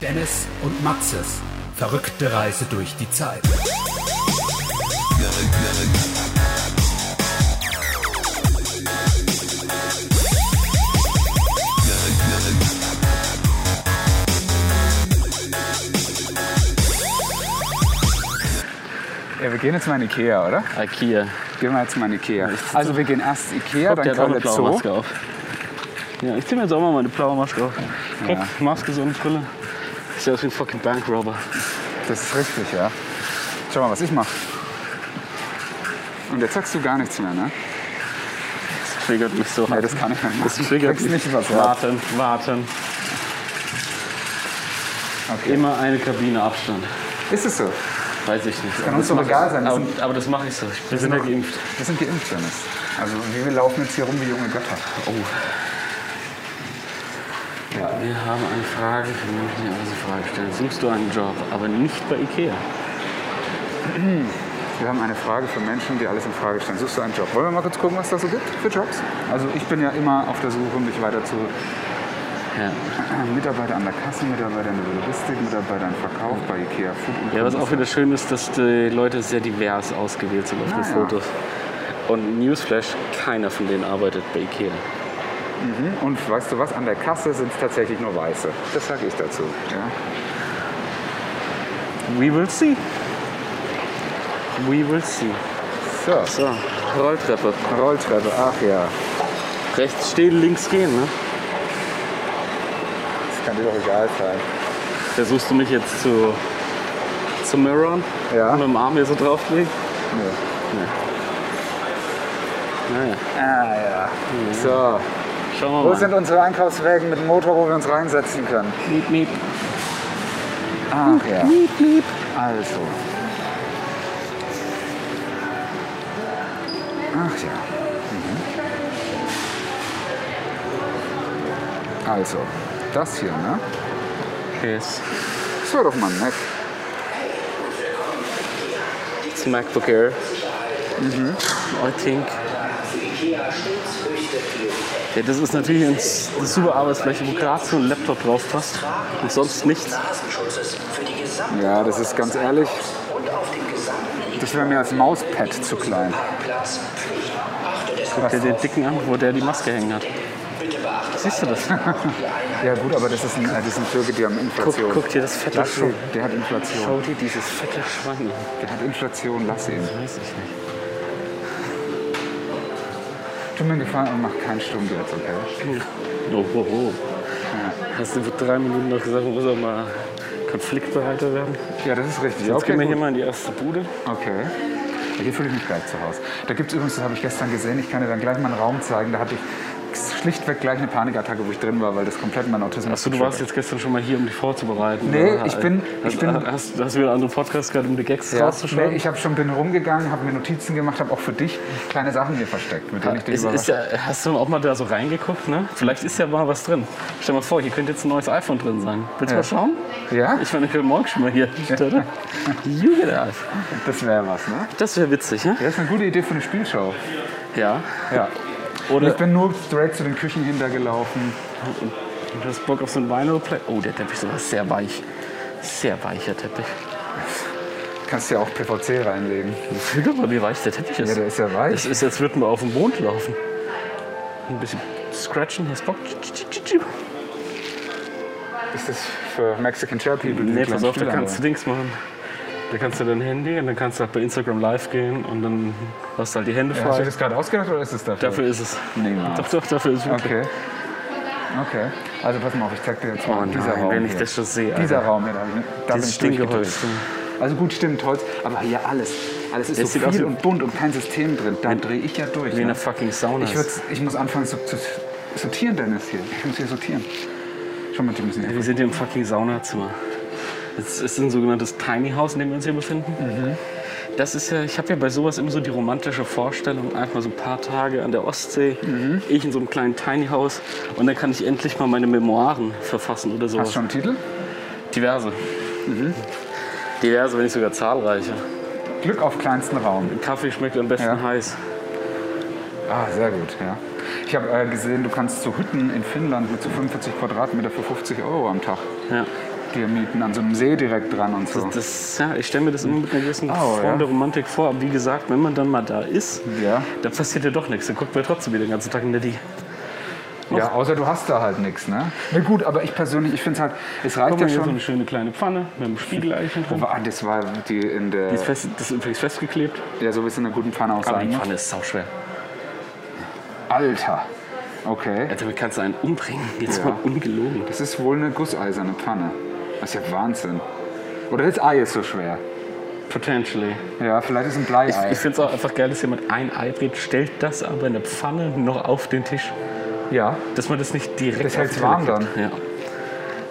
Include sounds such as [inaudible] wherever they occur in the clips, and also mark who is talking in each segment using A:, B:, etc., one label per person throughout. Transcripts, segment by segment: A: Dennis und Maxes verrückte Reise durch die Zeit.
B: Ja, wir gehen jetzt mal in Ikea, oder?
C: Ikea.
B: Gehen wir jetzt mal in Ikea. Also wir gehen erst Ikea, dann
C: der hat auch eine
B: Köln
C: blaue
B: Zoo.
C: Maske auf. Ja, ich zieh mir jetzt auch mal meine blaue Maske auf. Guck, Maske, Sonnenbrille. Sieht aus wie ein fucking Bankrobber.
B: Das ist richtig, ja. Schau mal, was ich mache. Und jetzt sagst du gar nichts mehr, ne?
C: Das triggert mich so
B: Nee,
C: hart.
B: das kann ich nicht
C: Das
B: machen.
C: triggert
B: Kriegst nicht was raus.
C: Warten, warten.
B: Okay.
C: Immer eine Kabine Abstand.
B: Ist es so?
C: Weiß ich nicht.
B: kann uns doch egal sein. Das
C: Aber, aber das mache ich so. Ich bin sind ja
B: noch-
C: geimpft.
B: Wir sind geimpft, Dennis. Also wir laufen jetzt hier rum wie junge Götter. Oh.
C: Wir haben eine Frage für Menschen, die auch diese also Frage stellen. Suchst du einen Job, aber nicht bei Ikea?
B: Wir haben eine Frage für Menschen, die alles in Frage stellen. Suchst du einen Job? Wollen wir mal kurz gucken, was da so gibt für Jobs? Also ich bin ja immer auf der Suche, mich weiter zu äh,
C: Ja.
B: Mitarbeiter an der Kasse, Mitarbeiter in der Logistik, Mitarbeiter im Verkauf bei Ikea Food und
C: Ja, was auch wieder schön ist, dass die Leute sehr divers ausgewählt sind auf den
B: ja.
C: Fotos. Und Newsflash, keiner von denen arbeitet bei Ikea.
B: Und weißt du was, an der Kasse sind es tatsächlich nur Weiße. Das sage ich dazu. Ja.
C: We will see. We will see.
B: So,
C: So, Rolltreppe.
B: Rolltreppe, ach ja.
C: Rechts stehen, links gehen, ne?
B: Das kann dir doch egal sein.
C: Versuchst du mich jetzt zu, zu mirrorn?
B: Ja.
C: Mit dem Arm hier so drauflegen?
B: Nee.
C: Naja.
B: Ah ja. So,
C: Schauen
B: wo
C: wir
B: sind
C: mal.
B: unsere Einkaufswagen mit dem Motor, wo wir uns reinsetzen können?
C: Miep, miep.
B: Ach ja. Lieb, lieb. Also. Ach ja. Mhm. Also, das hier, ne?
C: Yes.
B: Das war doch mal nett.
C: It's MacBook Air. Mhm. I think. Ja, das ist natürlich ein, s- eine super Arbeitsfläche, wo gerade so ein Laptop drauf passt und sonst nichts.
B: Ja, das ist ganz ehrlich. Das wäre mir als Mauspad zu klein.
C: Guck dir den dicken an, wo der die Maske hängen hat. Siehst du das?
B: Ja gut, aber das, ist ein, äh, das sind Türke, die haben
C: guck,
B: Inflation.
C: guck dir das fette
B: Lass ihn,
C: Schwein.
B: der hat Inflation.
C: Schau dir dieses fette Schwein an.
B: Der hat Inflation, lass ihn.
C: Weiß ich nicht.
B: Tu mir einen Gefallen und mach keinen Sturmgeld, okay?
C: Oh, oh, oh. Hast du vor drei Minuten noch gesagt, man muss auch mal konfliktbereiter werden?
B: Ja, das ist richtig.
C: Jetzt
B: okay,
C: gehen wir
B: gut.
C: hier mal in die erste Bude.
B: Okay. Ja, Hier fühle ich mich gleich zu Hause. Da gibt es übrigens, das habe ich gestern gesehen, ich kann dir dann gleich mal einen Raum zeigen, da hatte ich schlichtweg gleich eine Panikattacke, wo ich drin war, weil das komplett mein Autismus
C: Achso, du
B: getriggert
C: warst jetzt gestern schon mal hier, um dich vorzubereiten.
B: Nee,
C: oder?
B: ich bin- ich
C: hast,
B: bin-
C: Hast, hast du wieder andere Podcasts gehört, um die Gags
B: Ja,
C: rauszuschreiben?
B: nee, ich habe schon bin rumgegangen, habe mir Notizen gemacht, habe auch für dich kleine Sachen hier versteckt, mit denen ich dich
C: Ah, ist, ist
B: überrasche.
C: ja, hast du auch mal da so reingeguckt, ne? Vielleicht ist ja mal was drin. Stell mal vor, hier könnte jetzt ein neues iPhone drin sein. Willst du mal schauen?
B: Ja,
C: Ich meine, ich bin morgen schon mal
B: [laughs]
C: hier. oder? Jugend, Alter.
B: das wäre was, ne?
C: Das wäre witzig, ne?
B: Ja, Das ist eine gute Idee für eine Spielshow.
C: Ja.
B: Ja. Und
C: Oder
B: ich bin nur straight zu den Küchen hintergelaufen.
C: du hast Bock auf so ein Vinyl-Play. Oh, der Teppich ist aber sehr weich. Sehr weicher Teppich.
B: Kannst ja auch PVC reinlegen.
C: Fühl doch mal, wie weich der Teppich ist.
B: Ja, der ist ja weich.
C: Das ist, als würden wir auf dem Mond laufen. Ein bisschen scratchen, hast Bock.
B: Ist das für Mexican Chair People? diese
C: Nee,
B: kleinen
C: pass auf, da
B: Stühle
C: kannst du Dings machen. Da kannst du dein Handy und dann kannst du halt bei Instagram live gehen und dann hast du halt die Hände
B: Ja, Hast du
C: frei.
B: dir das gerade ausgedacht oder ist es dafür?
C: dafür ist es.
B: Niemals.
C: Doch, doch, dafür ist es. wirklich.
B: Okay. Okay. Also pass mal auf, ich zeig dir jetzt mal
C: Oh
B: dieser
C: nein,
B: Raum.
C: wenn ich
B: hier.
C: das schon sehe,
B: Dieser Raum hier, da, bin ich- da bin
C: Dieses
B: ich durchgedreht.
C: Stinkeholz.
B: Also gut, stimmt, Holz. Aber hier alles. Alles ist
C: Es
B: so
C: sieht aus
B: viel
C: wie-
B: und bunt und kein System drin. Da drehe ich ja durch.
C: Wie in
B: ne?
C: einer fucking Sauna.
B: Ich, würd's- ich muss anfangen zu, zu sortieren, Dennis, hier. Ich muss hier sortieren. Schau mal, die müssen hier.
C: Wir sind hier im fucking Saunazimmer. Es ist ein sogenanntes Tiny House, in dem wir uns hier befinden. Das ist ja, ich habe ja bei sowas immer so die romantische Vorstellung, einfach mal so ein paar Tage an der Ostsee, ich in so einem kleinen Tiny House und dann kann ich endlich mal meine Memoiren verfassen oder sowas. Mhm.
B: Hast du schon einen Titel?
C: Diverse. Diverse, wenn nicht sogar zahlreiche.
B: Glück auf kleinsten Raum.
C: Kaffee schmeckt am besten
B: Ja.
C: heiß.
B: Ah, sehr gut, ja. Ich habe äh, gesehen, du kannst zu Hütten in Finnland mit so 45 Quadratmeter für 50 Euro am Tag.
C: Ja.
B: dir mieten, an so einem See direkt dran und so.
C: Das, ja, ich stelle mir das immer mit einer gewissen
B: Oh,
C: Form
B: ja.
C: der Romantik vor. Aber wie gesagt, wenn man dann mal da ist,
B: Ja.
C: dann passiert ja doch nichts. Dann guckt man trotzdem wieder den ganzen Tag in der Die.
B: Ja, außer du hast da halt nichts, ne? Na gut, aber ich persönlich, ich finde es halt, es
C: Guck
B: reicht
C: mal,
B: ja
C: hier so
B: schon.
C: eine schöne kleine Pfanne mit einem Spiegeleichen drin.
B: Ah, das war die in der,
C: Das ist fest- Das ist übrigens festgeklebt.
B: ja, so wie es in der guten Pfanne
C: Aber die
B: aussehen muss.
C: Pfanne ist sauschwer.
B: Alter, okay.
C: Also, damit kannst du einen umbringen. Jetzt
B: Ja.
C: mal ungelogen.
B: Das ist wohl eine gusseiserne Pfanne. Das ist ja Wahnsinn. Oder das Ei ist so schwer.
C: Potentially.
B: Ja, vielleicht ist ein
C: Ich,
B: Blei-Ei.
C: ich finde es auch einfach geil, dass jemand ein Ei brät, stellt das aber in der Pfanne noch auf den Tisch.
B: Ja,
C: Dass man das nicht direkt
B: Das
C: auf
B: hält's
C: den Teller
B: warm
C: kriegt. Ja.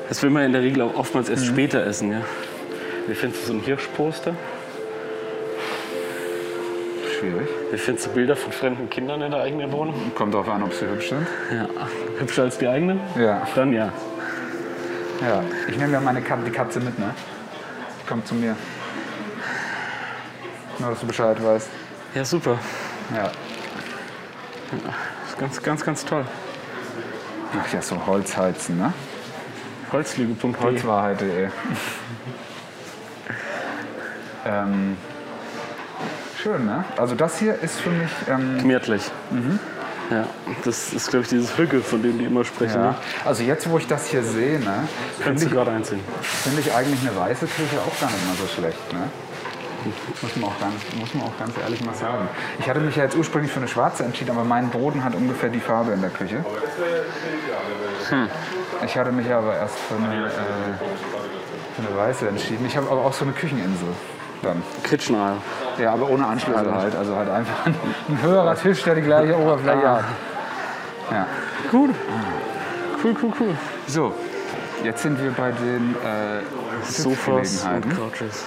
C: Das will man in der Regel auch oftmals erst später essen. Ja. Wie findest du so ein Hirschposter?
B: schwierig.
C: Wie findest du Bilder von fremden Kindern in der eigenen Wohnung?
B: Kommt drauf an, ob sie hübsch sind.
C: Ja. Hübscher als die eigene?
B: Ja.
C: Dann ja.
B: Ja, ich nehme ja meine Kat die Katze mit, ne? Die kommt zu mir. Nur, dass du Bescheid weißt.
C: Ja, super.
B: Ja.
C: Das ist ganz, ganz, ganz toll.
B: Ach ja, so Holzheizen, ne?
C: Holzlüge.de.
B: Holzwahrheit.de. ähm, schön, ne? Also das hier ist für mich... Ähm,
C: Gemütlich. Ja, das ist, glaube ich, dieses Hücke, von dem die immer sprechen.
B: ja.
C: Ne?
B: Also jetzt, wo ich das hier sehe, ne,
C: Könntest du gerade einziehen.
B: finde ich eigentlich eine weiße Küche auch gar nicht mal so schlecht. Ne? Muss, man auch ganz, muss man auch ganz ehrlich mal sagen. Ich hatte mich ja jetzt ursprünglich für eine schwarze entschieden, aber mein Boden hat ungefähr die Farbe in der Küche. Ich hatte mich aber erst für eine, äh, für eine weiße entschieden. Ich habe aber auch so eine Kücheninsel dann.
C: Kitchen Isle.
B: Ja, aber ohne Anschlüsse halt. Also halt einfach ein, ein höherer Tisch, der die gleiche Oberfläche hat. Ja.
C: Cool. Cool, cool, cool.
B: So, jetzt sind wir bei den äh,
C: Sofas und
B: Sitzgelegenheiten.
C: Couches.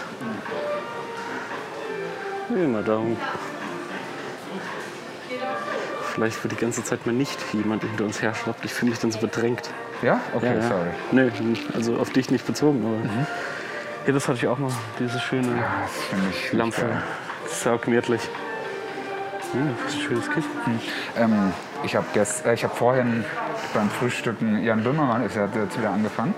C: Immer darum. Vielleicht wird die ganze Zeit mal nicht jemand hinter uns her schnappt. Ich fühle mich dann so bedrängt.
B: Ja? Okay, sorry.
C: Nö, also auf dich nicht bezogen, aber. Ja, das hatte ich auch mal. Diese schöne
B: Ah, Das finde ich nicht
C: Lampe.
B: geil.
C: Sau gemütlich. Ja, was ein schönes Kind.
B: Ähm, ich habe äh, ich hab vorhin beim Frühstücken, Jan Böhmermann ist ja jetzt wieder angefangen.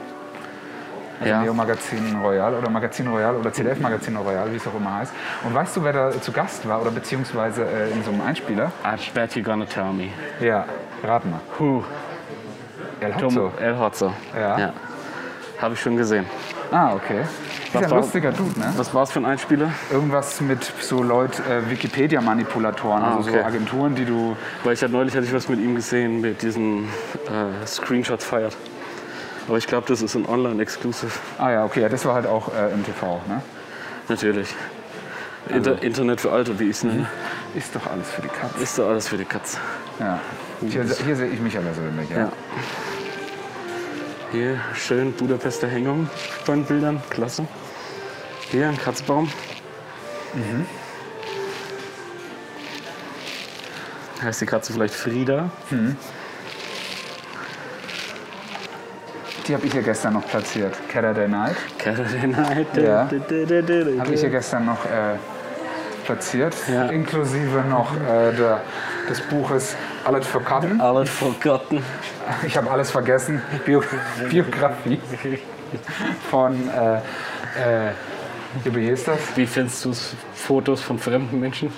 B: Also
C: Ja.
B: Neo Magazin Royal oder Magazin Royal oder CDF Magazin Royal, wie es auch immer heißt. Und weißt du, wer da zu Gast war oder beziehungsweise äh, in so einem Einspieler?
C: I bet you're gonna tell me.
B: Ja, rat mal.
C: Huh.
B: El
C: Tom
B: Hotzo.
C: El Hotzo.
B: Ja.
C: Habe ich schon gesehen.
B: Ah, okay. Ist ja
C: Was
B: ein
C: war-
B: lustiger Dude, ne?
C: Was war's für ein Einspieler?
B: Irgendwas mit so Leut, äh, Wikipedia-Manipulatoren,
C: Ah,
B: also so
C: okay.
B: Agenturen, die du
C: Weil ich hatte neulich hatte ich was mit ihm gesehen, mit diesen äh, Screenshots feiert. Aber ich glaube, das ist ein Online-Exclusive.
B: Ah ja, okay, ja, das war halt auch äh, im TV. Ne?
C: Natürlich. Inter Internet für Alte, wie ich es nenne.
B: Ist doch alles für die Katze.
C: Ist doch alles für die Katze.
B: Ja. Hier, hier sehe ich mich ja persönlich. Ja.
C: Ja. Hier, schön Budapester Hängung bei den Bildern. Klasse. Hier, ein Katzbaum.
B: Mhm.
C: Heißt die Katze vielleicht Frieda?
B: Die habe ich ja gestern noch platziert. Catter der Night.
C: Caroline.
B: Ja. Habe ich ja gestern noch äh, platziert.
C: Ja.
B: Inklusive noch äh, der, des Buches Alles für Katten.
C: Alles forgotten.
B: Ich habe alles vergessen. Bio Biografie von. Äh, äh, wie hieß das?
C: Wie findest du Fotos von fremden Menschen?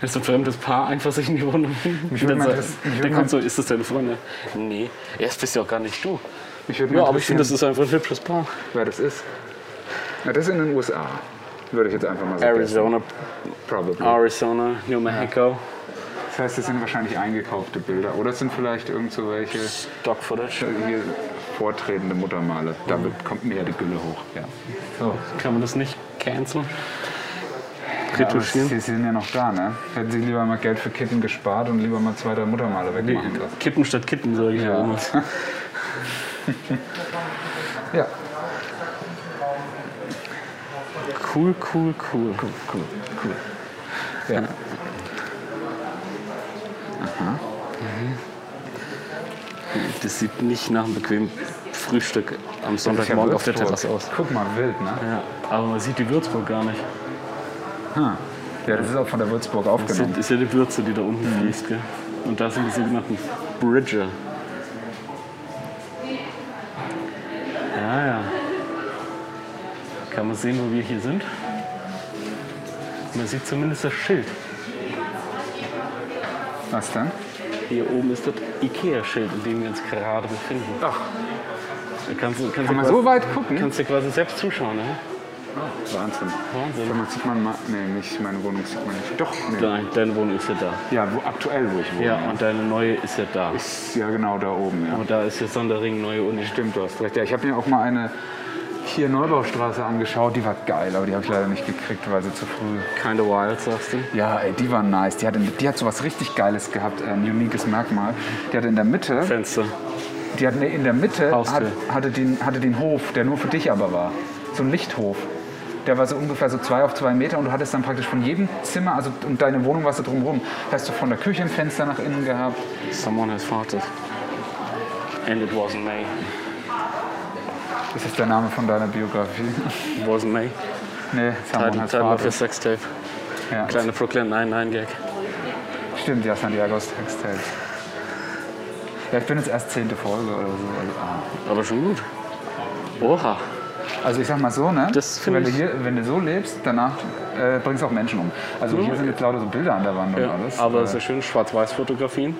C: Wenn so ein fremdes Paar einfach sich in die Wohnung nimmt,
B: würde
C: dann,
B: mal
C: so,
B: das- mich würde
C: dann
B: mal-
C: kommt so, ist das deine Freundin? Nee, erst bist ja auch gar nicht du.
B: Mich würd mal
C: Ja, aber ich finde, das
B: interessieren,
C: ist einfach ein hübsches Paar.
B: Wer das ist. Na, das ist in den USA. Würde ich jetzt einfach mal sagen.
C: Arizona, Ah.
B: Probably.
C: Arizona, New Mexico,
B: Das heißt, das sind wahrscheinlich eingekaufte Bilder. Oder es sind vielleicht irgend so welche
C: Stock Footage.
B: äh, hier vortretende Muttermale. Damit kommt mir ja die Gülle hoch. Ja. So.
C: Kann man das nicht canceln?
B: Sie
C: Retuschieren?
B: sind ja noch da, ne? Hätten Sie lieber mal Geld für Kitten gespart und lieber mal zwei, drei Muttermale wegmachen lassen.
C: Kippen statt Kitten, sage ich ja.
B: Ja.
C: immer.
B: Ja.
C: Cool, cool, cool.
B: Cool, cool. Ja.
C: Das sieht nicht nach einem bequemen Frühstück am
B: Das ist ja
C: Sonntagmorgen auf der
B: Würzburg.
C: Terrasse aus.
B: Guck mal, wild, ne?
C: Ja, aber man sieht die Würzburg gar nicht.
B: Hm. Ja, das ist auch von der Würzburg
C: Das
B: aufgenommen.
C: sind- ist ja die Würze, die da unten fließt. Gell? Und da sind die sogenannten Bridger. Ja, ja. Kann man sehen, wo wir hier sind? Man sieht zumindest das Schild.
B: Was denn?
C: Hier oben ist das Ikea-Schild, in dem wir uns gerade befinden.
B: Ach,
C: Da kannst, du- kannst
B: kann
C: du
B: man
C: quasi-
B: so weit gucken?
C: Kannst du quasi selbst zuschauen, ne?
B: oh, Wahnsinn.
C: Wahnsinn.
B: Sag mal, sieht man mal. Nee, nicht, meine Wohnung sieht man nicht. Doch, nee.
C: Nein, deine Wohnung ist ja da.
B: Ja, wo, aktuell, wo ich wohne.
C: Ja, und deine neue ist ja da.
B: Ist ja genau da oben, ja.
C: Und da ist jetzt Sonderring, neue Uni.
B: Stimmt, du hast recht. Ja, ich habe mir auch mal eine hier Neubaustraße angeschaut, die war geil, aber die habe ich leider nicht gekriegt, weil sie zu früh.
C: Kinda wild, sagst du?
B: Ja, ey, die war nice. Die hat, in, die hat sowas richtig Geiles gehabt, ein uniques Merkmal. Die hat in der Mitte,
C: Fenster.
B: die hat, nee, in der Mitte hat,
C: Haustür.
B: hatte, den, hatte den Hof, der nur für dich aber war. So ein Lichthof. Der war so ungefähr so zwei auf zwei Meter und du hattest dann praktisch von jedem Zimmer, also und deine Wohnung warst du drumherum. Hast du von der Küche ein Fenster nach innen gehabt.
C: Someone has farted. And it wasn't me.
B: Ist das der Name von deiner Biografie? [laughs]
C: It wasn't me.
B: nee,
C: Title,
B: Samuel hat's
C: Title of your
B: verraten.
C: sex tape.
B: ja.
C: Kleine Brooklyn 99 Gag.
B: Stimmt, ja, Santiago's Textile. halt. Ja, ich bin jetzt erst zehnte Folge oder so. Also, ah.
C: Aber schon gut. Oha.
B: also ich sag mal so, ne?
C: Das find
B: wenn, du
C: ich-
B: hier, wenn du so lebst, danach äh, bringst du auch Menschen um. Also hier sind jetzt lauter so Bilder an der Wand und
C: Ja,
B: alles.
C: aber
B: Äh,
C: so schön schwarz-weiß Fotografien.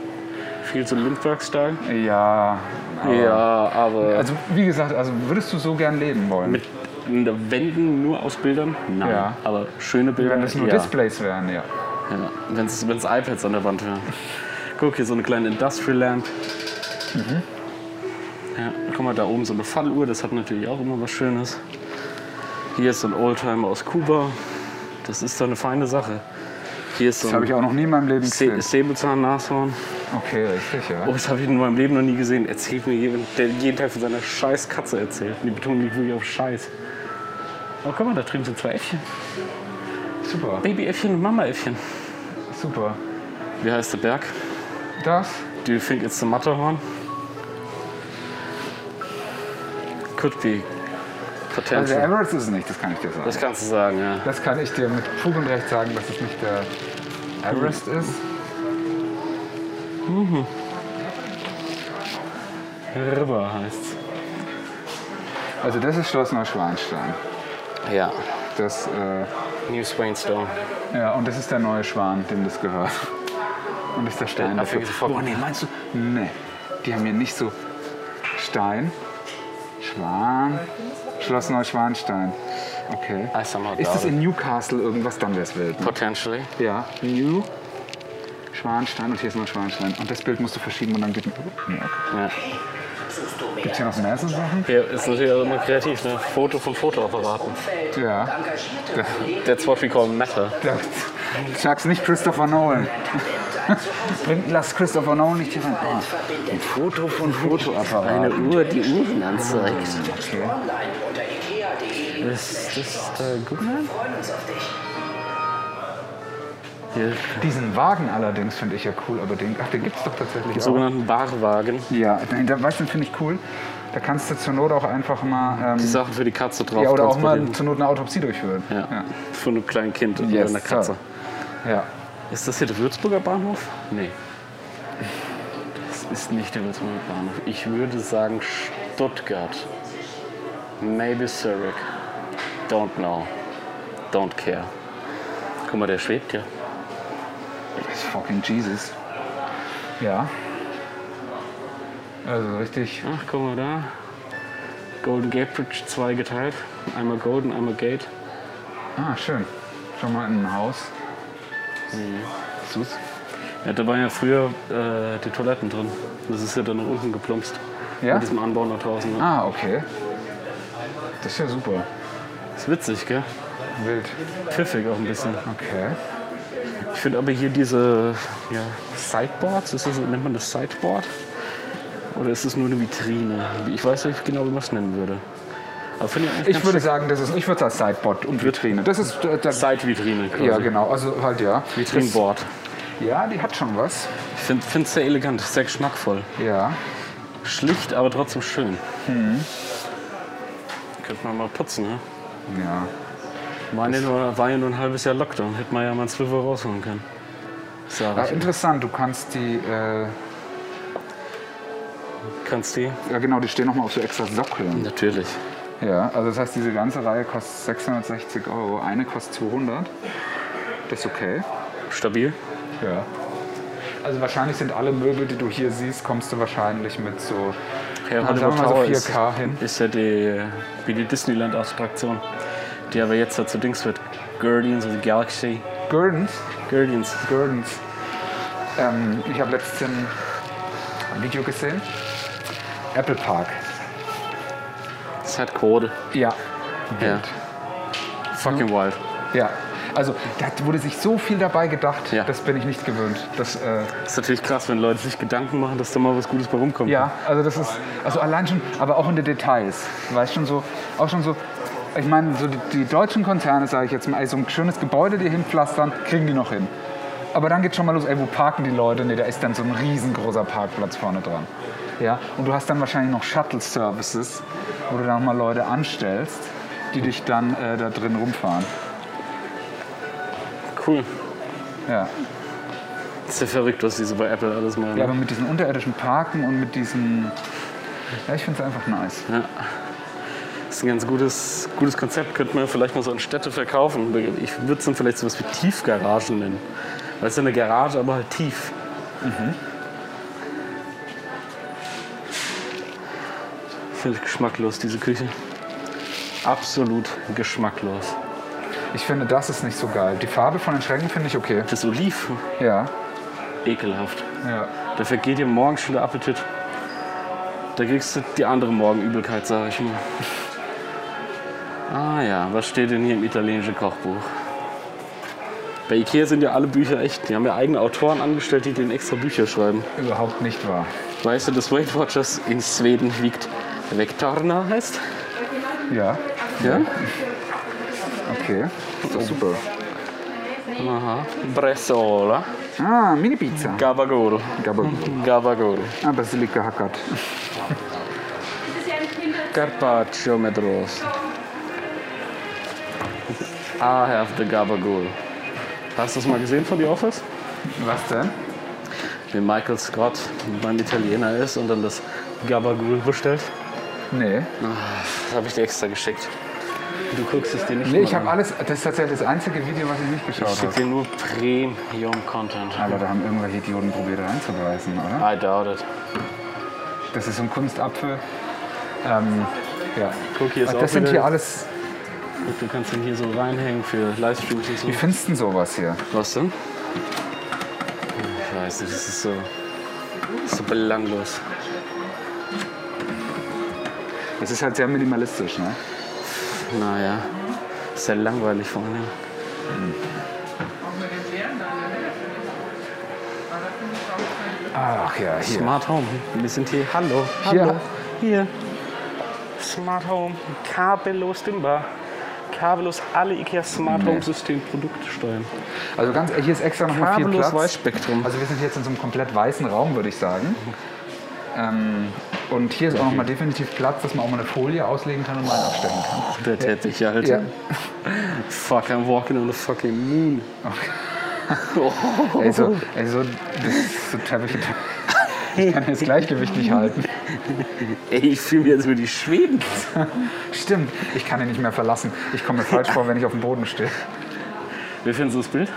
C: Viel zu Lindbergh-Style.
B: ja. aber-
C: Ja, aber
B: Also wie gesagt, also würdest du so gern leben wollen?
C: mit Wänden nur aus Bildern? Nein.
B: Ja.
C: Aber schöne Bilder.
B: wenn das nur
C: ja.
B: Displays wären, ja.
C: Ja, wenn es iPads an der Wand wären. Guck, hier so eine kleine Industrial Lamp.
B: Mhm.
C: Ja, guck mal, da oben so eine Falluhr, das hat natürlich auch immer was Schönes. Hier ist so ein Oldtimer aus Kuba. Das ist doch eine feine Sache. Hier ist so
B: Das habe
C: ein
B: ich auch noch nie in meinem Leben
C: Se
B: gesehen.
C: Säbelzahn-Nashorn.
B: Okay, richtig, ja.
C: Oh, das habe ich in meinem Leben noch nie gesehen. Erzählt mir jemand, der jeden Tag von seiner scheiß Katze erzählt. Und die Betonung liegt wirklich auf Scheiß. Oh, guck mal, da drüben sind zwei Äffchen. Oh.
B: Super,
C: Babyäffchen und Mamaäffchen.
B: super.
C: Wie heißt der Berg?
B: Das? Also,
C: Do you think it's the Matterhorn? Could be.
B: Also der
C: Potential.
B: Everest ist es nicht, das kann ich dir sagen.
C: Das kannst du sagen, ja.
B: Das kann ich dir mit Fug und Recht sagen, dass es nicht der
C: Hm.
B: Everest ist.
C: River heißt's.
B: Also das ist Schloss Neuschwanstein.
C: Ja.
B: Das, äh,
C: New Swainstone.
B: ja, und das ist der neue Schwan, dem das gehört. Und das ist der Stein.
C: Dafür
B: dafür.
C: gibt's Form.
B: nee, meinst du? Nee, die haben hier nicht so Stein, Schwan, Schloss Neuschwanstein. Okay.
C: I somehow
B: Ist
C: doubt
B: es in Newcastle irgendwas, dann wär's wild. Ne?
C: Potentially.
B: Ja, New, Schwanstein und hier ist Neuschwanstein. Und das Bild musst du verschieben und dann geht... Nee, okay.
C: Ja.
B: Gibt's hier noch mehr so Sachen?
C: Hier ist natürlich auch immer kreativ, ne? Foto vom Fotoapparaten.
B: Ja.
C: That's what we call matter.
B: Ja, Sag's nicht Christopher Nolan. Bringt, lass Christopher Nolan nicht hier rein. Ah, ein Foto von Fotoapparat.
C: Uhr, die Uhren anzeigt.
B: Okay.
C: Ist das der Goodman? Hier,
B: Diesen Wagen allerdings finde ich ja cool, aber den, ach, den gibt's doch tatsächlich auch.
C: sogenannten Barwagen.
B: Ja, den, den, weißt du, den finde ich cool. Da kannst du zur Not auch einfach mal,
C: Die
B: ähm,
C: Sachen für die Katze drauf.
B: ja, oder auch mal
C: transportieren.
B: zur Not eine Autopsie durchführen.
C: Ja. Von einem kleinen Kind oder
B: Yes,
C: einer Katze.
B: Ja. ja.
C: Ist das hier der Würzburger Bahnhof? Nee. Das ist nicht der Würzburger Bahnhof. Ich würde sagen Stuttgart. Maybe Zurich. Don't know. Don't care. Guck mal, der schwebt ja.
B: It's fucking Jesus. Ja. Also richtig.
C: Ach, guck mal da. Golden Gate Bridge zwei geteilt. Einmal Golden, einmal Gate.
B: Ah, schön. Schon mal in ein Haus. Süß.
C: Ja, da waren ja früher äh, die Toiletten drin. Das ist ja dann nach unten geplumpst.
B: Ja?
C: Mit diesem Anbau nach draußen. Ne?
B: Ah, okay. Das ist ja super.
C: Ist witzig, gell?
B: Wild.
C: Pfiffig auch ein bisschen.
B: Okay.
C: Ich finde aber hier diese ja, Sideboards, ist das, nennt man das Sideboard? Oder ist es nur eine Vitrine? Ich weiß nicht genau, wie man es nennen würde. Aber finde ich eigentlich
B: Ich würde sagen, das ist, ich würde sagen Sideboard und Vitrine. Das ist äh, der,
C: Side-Vitrine quasi.
B: ja genau, also halt ja.
C: Vitrinenboard.
B: Das- Ja, die hat schon was.
C: Ich finde es sehr elegant, sehr geschmackvoll.
B: Ja.
C: Schlicht, aber trotzdem schön.
B: Mhm.
C: Könnte man mal putzen, ne?
B: Ja.
C: War ja, nur, war ja nur ein halbes Jahr Lockdown, hätte man ja mal einen Zwölfer rausholen können.
B: ja
C: Sag ich.
B: interessant, du kannst die, äh,
C: Kannst die?
B: ja genau, die stehen nochmal auf so extra Sockeln.
C: Natürlich.
B: Ja, also das heißt, diese ganze Reihe kostet 660 Euro. Eine kostet 200. Das ist okay.
C: Stabil.
B: Ja. Also wahrscheinlich sind alle Möbel, die du hier siehst, kommst du wahrscheinlich mit so,
C: Ja,
B: na, sagen wir mal so 4K
C: ist,
B: hin.
C: ist ja die, wie die Disneyland-Attraktion, die aber jetzt dazu Dings wird. Guardians of the Galaxy.
B: Gurdens.
C: Guardians.
B: Gurdens. Ähm, ich habe letztens ein Video gesehen. Apple Park.
C: Das hat Code.
B: Ja.
C: Ja. Fucking wild.
B: Ja. Also da wurde sich so viel dabei gedacht,
C: Ja.
B: das bin ich nicht gewöhnt. Das, äh,
C: Ist natürlich krass, wenn Leute sich Gedanken machen, dass da mal was Gutes bei rumkommt.
B: Ja, also das ist, also allein schon, aber auch in den Details, weißt schon so, auch schon so, ich meine, so die, die deutschen Konzerne, sage ich jetzt mal, ey, so ein schönes Gebäude dir hinpflastern, kriegen die noch hin. Aber dann geht schon mal los, ey, wo parken die Leute? Nee, da ist dann so ein riesengroßer Parkplatz vorne dran. Ja, und du hast dann wahrscheinlich noch Shuttle-Services, wo du dann auch mal Leute anstellst, die dich dann äh, da drin rumfahren.
C: Cool.
B: Ja.
C: Ist ja verrückt, was die so bei Apple alles machen.
B: ja, aber mit diesen unterirdischen Parken und mit diesen, ja, ich finde es einfach nice.
C: Das ist ein ganz gutes, gutes Konzept, könnte man vielleicht mal so an Städte verkaufen. Ich würde es dann vielleicht sowas wie Tiefgaragen nennen. Weil es ist ja eine Garage, aber halt tief. Mhm. Völlig geschmacklos, diese Küche. Absolut geschmacklos.
B: Ich finde, das ist nicht so geil. Die Farbe von den Schränken finde ich okay.
C: Das Oliv,
B: Ja,
C: ekelhaft.
B: ja.
C: Da vergeht dir morgens schon der Appetit. Da kriegst du die andere Morgenübelkeit, sag ich mal. Ah ja, was steht denn hier im italienischen Kochbuch? Bei Ikea sind ja alle Bücher echt. Die haben ja eigene Autoren angestellt, die denen extra Bücher schreiben.
B: Überhaupt nicht wahr.
C: Weißt du, dass Weight Watchers in Schweden wiegt Vektorna heißt?
B: Ja,
C: Ja.
B: okay. Ist doch super.
C: Aha. Bressola.
B: Ah, Mini-Pizza.
C: Gabagoro.
B: Gabagoro.
C: Gabagoro.
B: Ah, Basilika Hackert.
C: Carpaccio mit Rost. I have the Gabagool. Hast du das mal gesehen von The Office?
B: Was denn?
C: Wie Michael Scott beim Italiener ist und dann das Gabagool bestellt?
B: Nee.
C: Das habe ich dir extra geschickt. Du guckst es dir nicht
B: Nee,
C: mal
B: ich habe
C: an.
B: alles. Das ist tatsächlich das einzige Video, was ich nicht
C: Ich
B: geschaut
C: schicke
B: habe.
C: dir nur Premium-Content.
B: Aber da haben irgendwelche Idioten probiert reinzubeißen, oder?
C: I doubt it.
B: Das ist so ein Kunstapfel. Ähm, ja.
C: Guck, hier ist
B: Ach,
C: auch
B: das sind
C: wieder-
B: hier alles.
C: Guck, Du kannst ihn hier so reinhängen für Livestreams und so.
B: Wie findest du denn sowas hier?
C: Was denn? Ich weiß nicht, das ist so, so belanglos.
B: Es ist halt sehr minimalistisch, ne?
C: Naja, sehr langweilig vor allem.
B: Ach ja, hier.
C: Smart Home. Wir sind hier. Hallo.
B: Hier.
C: Hallo. Hier. Smart Home. Kabellos dimmbar. Kabellos alle IKEA Smart Home System Produkte steuern.
B: Also ganz, hier ist extra nochmal viel
C: Kabellos
B: Platz.
C: Weißspektrum.
B: Also wir sind jetzt in so einem komplett weißen Raum, würde ich sagen. Ähm, und hier ist auch nochmal definitiv Platz, dass man auch mal eine Folie auslegen kann und mal abstellen kann.
C: Oh, der Teppich, Alter.
B: Ja.
C: [laughs] Fuck, I'm walking on a fucking moon.
B: Ey, so, ey, so, Also, das ist so Teppiche. Ich kann jetzt Gleichgewicht nicht halten.
C: Ey, ich fühle mich jetzt wie die Schweden.
B: Stimmt, ich kann ihn nicht mehr verlassen. Ich komme mir falsch vor, wenn ich auf dem Boden stehe.
C: Wie findest du das Bild?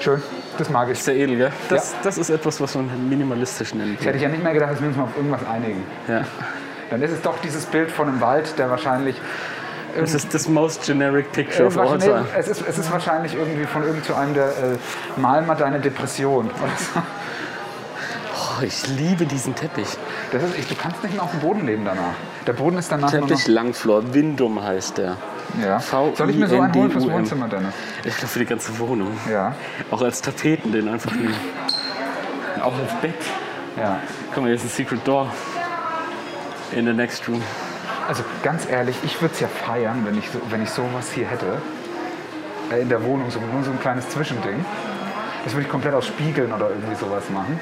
B: Schön, das mag ich.
C: Ist ja edel, gell? Das, das ist etwas, was man minimalistisch nennt.
B: Ich hätte ja nicht mehr gedacht, dass wir uns mal auf irgendwas einigen.
C: Ja.
B: Dann ist es doch dieses Bild von einem Wald, der wahrscheinlich
C: Das ist das most generic picture of all
B: Wahrscheinlich-
C: time.
B: es, ist, es ist wahrscheinlich irgendwie von irgend zu einem, der äh, mal mal deine Depression. Oder so.
C: Oh, ich liebe diesen Teppich.
B: Das ist, ich, du kannst nicht mehr auf dem Boden leben danach. Der Boden ist danach
C: Teppich Langflor, Windum heißt der.
B: nur noch. Ja.
C: V-
B: Soll ich mir so einen holen fürs
C: I N D U M.
B: Wohnzimmer, Dennis?
C: Ich glaube, für die ganze Wohnung.
B: Ja.
C: Auch als Tapeten den einfach nehmen. Auch als Bett.
B: ja.
C: Guck mal, hier ist ein Secret Door. In the next room.
B: Also ganz ehrlich, ich würde es ja feiern, wenn ich, so, wenn ich sowas hier hätte. Äh, In der Wohnung, so, nur so ein kleines Zwischending. Das würde ich komplett aus Spiegeln oder irgendwie sowas
C: [laughs]
B: machen.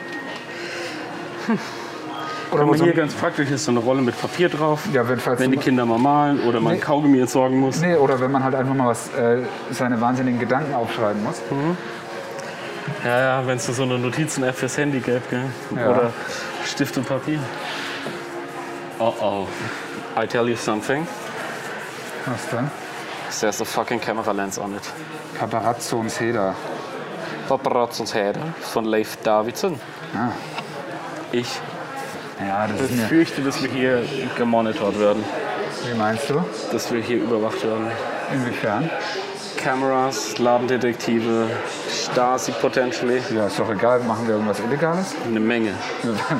B: Oder
C: Guck
B: wo
C: mal,
B: so
C: hier
B: ein,
C: ganz praktisch ist so eine Rolle mit Papier drauf.
B: Ja, wenn- falls
C: wenn
B: du-
C: die Kinder mal malen oder man
B: Nee.
C: Kaugummi entsorgen muss.
B: nee, oder wenn man halt einfach mal was, äh, seine wahnsinnigen Gedanken aufschreiben muss.
C: Mhm. Ja, ja, wenn es so eine Notizen-App fürs Handy gäbe. Gell?
B: Ja.
C: Oder Stift und Papier. Oh oh. I tell you something.
B: Was denn?
C: There's a fucking camera lens on it.
B: Paparazzo und Seda.
C: Paparazzos Herder von Leif Davidson.
B: Ah.
C: Ich
B: Ja, das ist mir.
C: befürchte, dass wir hier gemonitort werden.
B: Wie meinst du?
C: Dass wir hier überwacht werden.
B: Inwiefern?
C: Kameras, Ladendetektive, Stasi potentially.
B: Ja, ist doch egal, machen wir irgendwas Illegales? [laughs]
C: Eine Menge.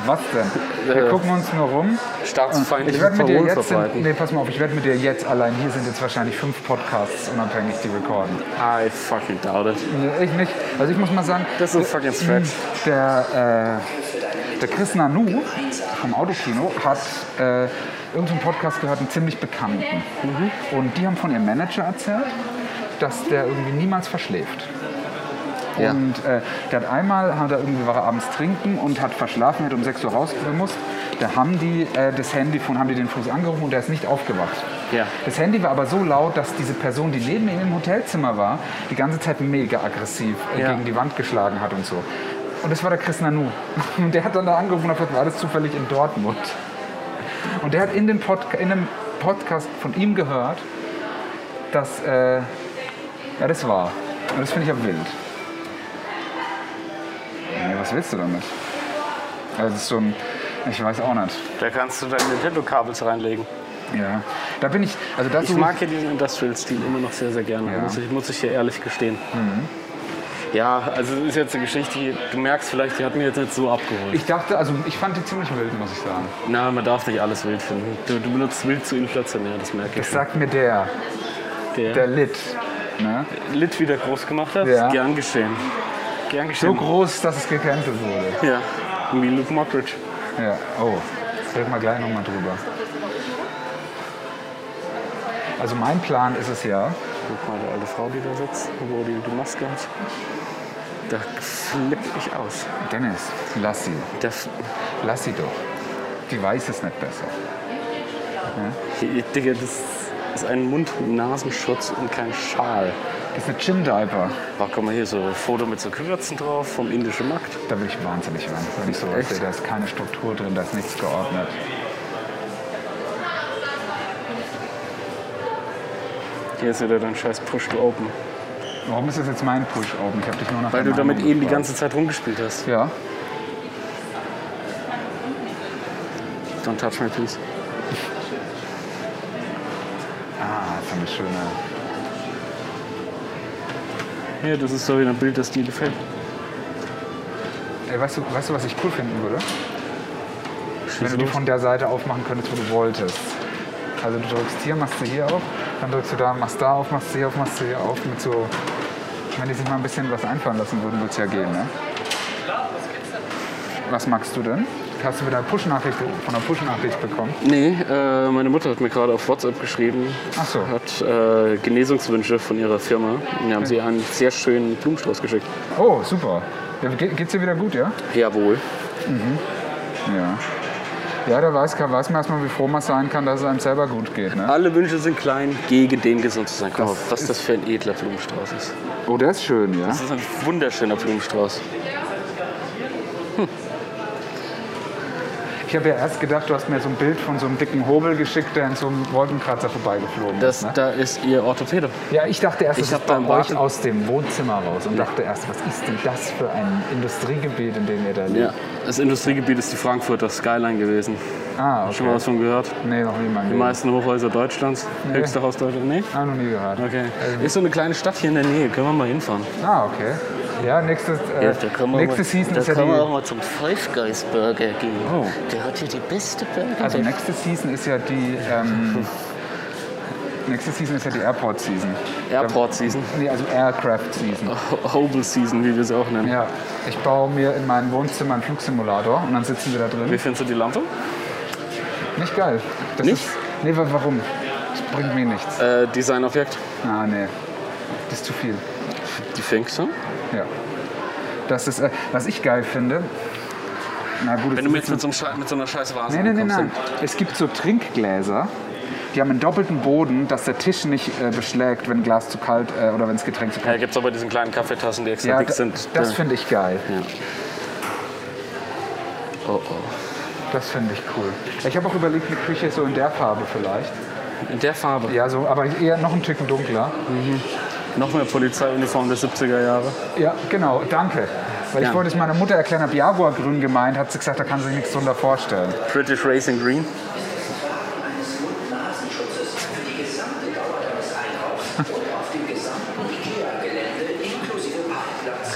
B: Was denn? Wir
C: Äh,
B: gucken uns nur rum. Ich
C: Staatsfeindliche
B: werde mit dir
C: Parolen
B: jetzt, in,
C: verbreiten.
B: nee, pass mal auf, ich werde mit dir jetzt allein, hier sind jetzt wahrscheinlich fünf Podcasts unabhängig, die recorden.
C: I fucking doubt it.
B: Nee, Ich nicht. Also ich muss mal sagen,
C: Das ist ein fucking Stretch.
B: der, äh, der Chris Nanu vom Autokino hat äh, irgendeinen Podcast gehört, einen ziemlich bekannten. Und die haben von ihrem Manager erzählt, dass der irgendwie niemals verschläft.
C: Ja.
B: Und äh, der hat einmal, hat er irgendwie, war er abends trinken und hat verschlafen, hätte um 6 Uhr raus gemusst. Da haben die äh, das Handy von, haben die den Fuß angerufen und der ist nicht aufgewacht.
C: Ja.
B: Das Handy war aber so laut, dass diese Person, die neben ihm im Hotelzimmer war, die ganze Zeit mega aggressiv äh,
C: Ja.
B: gegen die Wand geschlagen hat und so. Und das war der Chris Nanu. [laughs] Und der hat dann da angerufen und hat gesagt, war das zufällig in Dortmund? Und der hat in dem, Podca in dem Podcast von ihm gehört, dass, äh, ja, das war. Und das finde ich ja wild. Ja, was willst du damit? Also, das ist so ein, ich weiß auch nicht.
C: Da kannst du deine Nintendo-Kabels reinlegen.
B: Ja. Da bin ich, also dazu.
C: Ich mag ja diesen Industrial-Stil immer noch sehr, sehr gerne,
B: Ja.
C: muss, ich, muss ich hier ehrlich gestehen. Ja, also es ist jetzt eine Geschichte, die, du merkst vielleicht, die hat mir jetzt nicht so abgeholt.
B: Ich dachte, also ich fand die ziemlich wild, muss ich sagen.
C: Na, man darf nicht alles wild finden. Du, du benutzt wild zu inflationär, das merke ich.
B: Das sagt mir der,
C: Der,
B: der Lit. Ne?
C: Lit wieder groß gemacht hat,
B: Ja.
C: gern geschehen. Gern
B: So
C: geschehen.
B: groß, dass es gecancelt wurde.
C: ja, wie Luke Mockridge.
B: Ja, oh, reden wir gleich nochmal drüber. Also mein Plan ist es ja,
C: Guck mal, die alte Frau, die da sitzt, wo die, die Maske hat. Da flippe ich aus.
B: Dennis, lass sie,
C: Da, f-
B: lass sie doch. Die weiß es nicht besser.
C: Hier, Digga, das ist ein Mund-Nasenschutz und kein Schal.
B: Das ist eine Chin-Diaper.
C: Boah, guck mal hier, so ein Foto mit so Gewürzen drauf vom indischen Markt.
B: Da will ich wahnsinnig werden, wenn ich sowas
C: Echt?
B: sehe. Da ist keine Struktur drin, da ist nichts geordnet.
C: Hier ist wieder dein scheiß Push-to-Open.
B: Warum ist das jetzt mein Push-Open? Ich habe dich nur nach
C: Weil du
B: deiner
C: damit
B: Meinung
C: eben die
B: gefragt.
C: ganze Zeit rumgespielt hast.
B: Ja,
C: Don't touch me, please.
B: ah, das ist eine schöne...
C: Ja, das ist doch wieder ein Bild, das dir gefällt.
B: Ey, weißt, du, weißt du, was ich cool finden würde? Wenn
C: Schieß
B: du die
C: los.
B: von der Seite aufmachen könntest, wo du wolltest. Also du drückst hier, machst du hier auf, dann drückst du da, machst da auf, machst du hier auf, machst du hier auf. Mit so, wenn die sich mal ein bisschen was einfallen lassen würden, würde es ja gehen, ne? Was magst du denn? Hast du wieder eine Push-Nachricht von einer Push-Nachricht bekommen?
C: Nee, äh, meine Mutter hat mir gerade auf WhatsApp geschrieben.
B: Ach so.
C: Hat äh, Genesungswünsche von ihrer Firma. Und die haben sie einen sehr schönen Blumenstrauß geschickt.
B: Oh, super. Ja, ge- geht's dir wieder gut, ja?
C: Jawohl.
B: Ja. Ja, da weiß, kann- weiß man erstmal, wie froh man sein kann, dass es einem selber gut geht, ne?
C: Alle Wünsche sind klein, gegen den gesund zu sein. Guck mal,
B: Das
C: was das für ein edler Blumenstrauß ist.
B: Oh, der ist schön, ja?
C: Das ist ein wunderschöner Blumenstrauß.
B: Ich habe ja erst gedacht, du hast mir so ein Bild von so einem dicken Hobel geschickt, der in so einem Wolkenkratzer vorbeigeflogen
C: Das,
B: ist. Ne?
C: Da ist ihr Orthopäde.
B: Ja, ich dachte erst,
C: Ich
B: das
C: hab
B: ist bei
C: beim
B: euch
C: Warten-
B: aus dem Wohnzimmer raus und dachte erst, was ist denn das für ein Industriegebiet, in dem ihr da lebt?
C: Ja, das Industriegebiet ist die Frankfurter Skyline gewesen.
B: Ah,
C: Schon mal
B: okay.
C: was von gehört?
B: Nee, noch nie in meinem
C: Die
B: Leben.
C: meisten Hochhäuser Deutschlands. Höchste Haus Deutschlands? Nee? Also-
B: Ah, noch nie gehört.
C: Okay. Ist so eine kleine Stadt hier in der Nähe. Können wir mal hinfahren?
B: Ah, okay. Ja, nächstes, äh,
D: Ja, da kann man,
B: nächste
D: mal,
B: Season
D: da
B: ist ja
D: kann man auch
B: die...
D: mal zum Five Guys Burger gehen.
B: Oh.
D: Der hat hier die beste Burger.
B: Also
D: der-
B: nächste Season ist ja die...
D: [laughs]
B: Ähm, nächste Season ist ja die Airport-Season.
C: Airport [laughs] Season.
B: Nee, also Aircraft-Season.
C: Hobel Season, wie wir sie auch nennen.
B: Ja, ich baue mir in meinem Wohnzimmer einen Flugsimulator und dann sitzen wir da drin.
C: Wie findest du die Lampe?
B: Nicht geil. Das
C: Nicht?
B: Ist, nee, wa- warum? Das bringt mir nichts.
C: Äh, Designobjekt.
B: Ah, nee. Das ist zu viel.
C: Die fängst du?
B: Ja. Das ist, äh, was ich geil finde. Na gut,
C: Wenn du mir jetzt mit so, einem Schei- mit so einer scheiß Vase
B: Nein, nein, nein,
C: ankommst,
B: nein. Es gibt so Trinkgläser, die haben einen doppelten Boden, dass der Tisch nicht äh, beschlägt, wenn Glas zu kalt äh, oder wenn das Getränk zu
C: dann-
B: kalt
C: Ja, gibt's aber diesen kleinen Kaffeetassen, die
B: ist.
C: extra
B: Ja,
C: dick
B: da,
C: sind.
B: das
C: Ja.
B: finde ich geil.
C: Oh, oh.
B: Das finde ich cool. Ich habe auch überlegt, eine Küche so in der Farbe vielleicht.
C: In der Farbe.
B: Ja, so, aber eher noch einen Ticken dunkler.
C: Noch mehr Polizeiuniform der 70er Jahre.
B: Ja, genau, danke. Weil ich
C: Ja.
B: wollte es meiner Mutter erklären, habe Jaguar grün gemeint, hat sie gesagt, da kann sie sich nichts drunter vorstellen.
C: British Racing Green.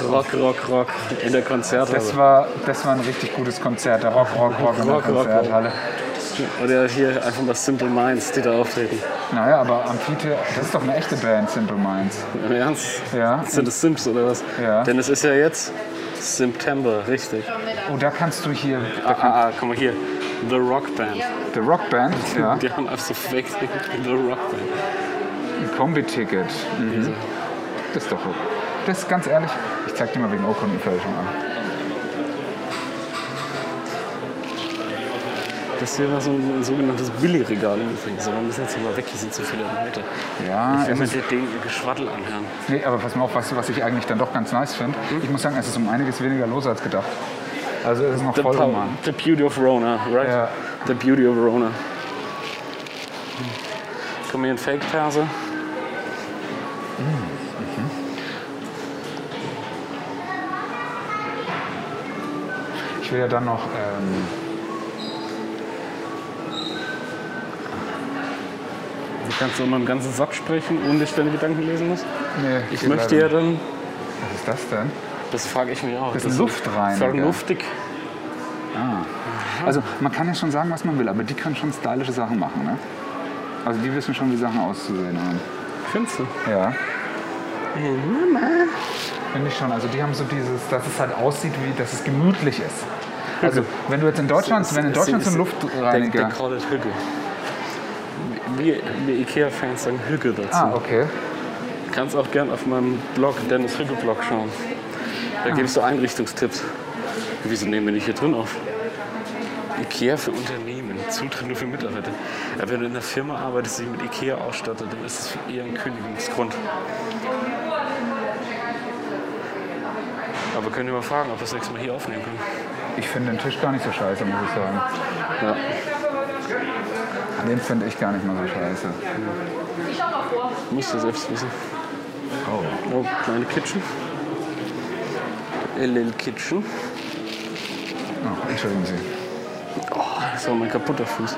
C: Rock, Rock, Rock in der Konzerthalle.
B: Das war, das war ein richtig gutes Konzert, der Rock, Rock, Rock in der
C: Rock, Rock, Rock.
B: Konzerthalle.
C: Oder hier einfach mal Simple Minds, die da auftreten.
B: Naja, aber Amphithe, das ist doch eine echte Band, Simple Minds.
C: Im Ernst?
B: Ja.
C: Sind das Sims oder was?
B: Ja.
C: Denn es ist ja jetzt September, richtig.
B: Oh, da kannst du hier,
C: Ah, ah, ah, guck mal hier. The Rock Band.
B: The Rock Band, ja,
C: Die haben einfach so fake The Rock Band.
B: ein Kombi-Ticket. Mhm. Das ist doch, das ist ganz ehrlich, ich zeig dir mal wegen Urkundenfälschung an.
C: Das hier war so ein sogenanntes Billy-Regal im Übrigen. Aber wir müssen jetzt hier mal weg, hier sind zu viele Leute.
B: Ja,
C: Ich will
B: es
C: mir
B: ist,
C: den Geschwaddel anhören.
B: nee, aber pass mal auf, weißt du, was ich eigentlich dann doch ganz nice finde?
C: Mhm.
B: Ich muss sagen, es ist um einiges weniger los als gedacht. Also es ist noch
C: The,
B: voll
C: power-
B: Roman.
C: the beauty of Rona, right?
B: Ja.
C: The beauty of Rona. Komm hier ein Fake-Perse.
B: Ich will ja dann noch. Ähm,
C: Du kannst immer einen ganzen Satz sprechen, ohne dass ich deine Gedanken lesen musst.
B: nee,
C: Ich
B: geht
C: möchte ja
B: leider
C: dann,
B: nicht. Was ist das denn?
C: das frage ich mich auch.
B: Das ist ein Luftreiniger.
C: Vernünftig.
B: Also, man kann ja schon sagen, was man will, aber die können schon stylische Sachen machen, ne? Also, die wissen schon, wie Sachen auszusehen haben.
C: Findest du?
B: Ja. Finde ich schon. Also, die haben so dieses, dass es halt aussieht, wie dass es gemütlich ist. Also, wenn du jetzt in Deutschland, wenn in Deutschland so ein
C: Der,
B: Luftreiniger.
C: der callt it Hügge. Wir, wir Ikea-Fans sagen Hügge dazu.
B: Ah, okay.
C: Kannst auch gern auf meinem Blog, Dennis Hügge Blog, schauen. Da gibst du Einrichtungstipps. Wieso nehmen wir nicht hier drin auf? Ikea für Unternehmen, Zutritt nur für Mitarbeiter. Aber wenn du in einer Firma arbeitest, die mit Ikea ausstattet, dann ist es eher ein Kündigungsgrund. Aber können wir mal fragen, ob wir das nächste Mal hier aufnehmen können.
B: Ich finde den Tisch gar nicht so scheiße, muss ich sagen. Den finde ich gar nicht mal so scheiße.
C: Musst du selbst wissen. Oh. kleine Kitchen. A little kitchen.
B: Oh, entschuldigen Sie.
C: Oh, das war mein kaputter Fuß.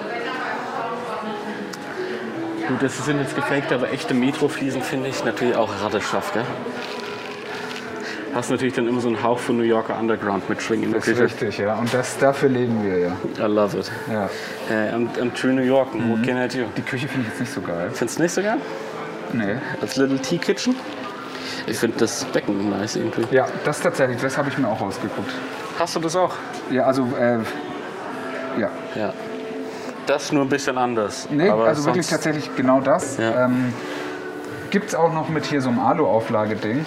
C: Gut, das sind jetzt gefaked, aber echte Metrofliesen finde ich natürlich auch rattescharf, gell? Hast natürlich dann immer so einen Hauch von New Yorker Underground mit Schwingen in der
B: Das ist
C: Küche.
B: richtig, ja. Und das, dafür leben wir ja.
C: I love it. Mhm.
B: ja.
C: Äh, I'm, I'm true New York, what can I do?
B: Die Küche finde ich jetzt nicht so geil.
C: Findest du nicht sogar?
B: Nee.
C: Als Little Tea Kitchen? Ich finde das Becken nice irgendwie.
B: Ja, das tatsächlich, das habe ich mir auch rausgeguckt.
C: Hast du das auch?
B: Ja, also, äh, ja.
C: Ja. Das nur ein bisschen anders.
B: Nee,
C: aber
B: also wirklich
C: sonst-
B: tatsächlich genau das.
C: Ja.
B: Ähm, Gibt es auch noch mit hier so einem Alu-Auflage-Ding.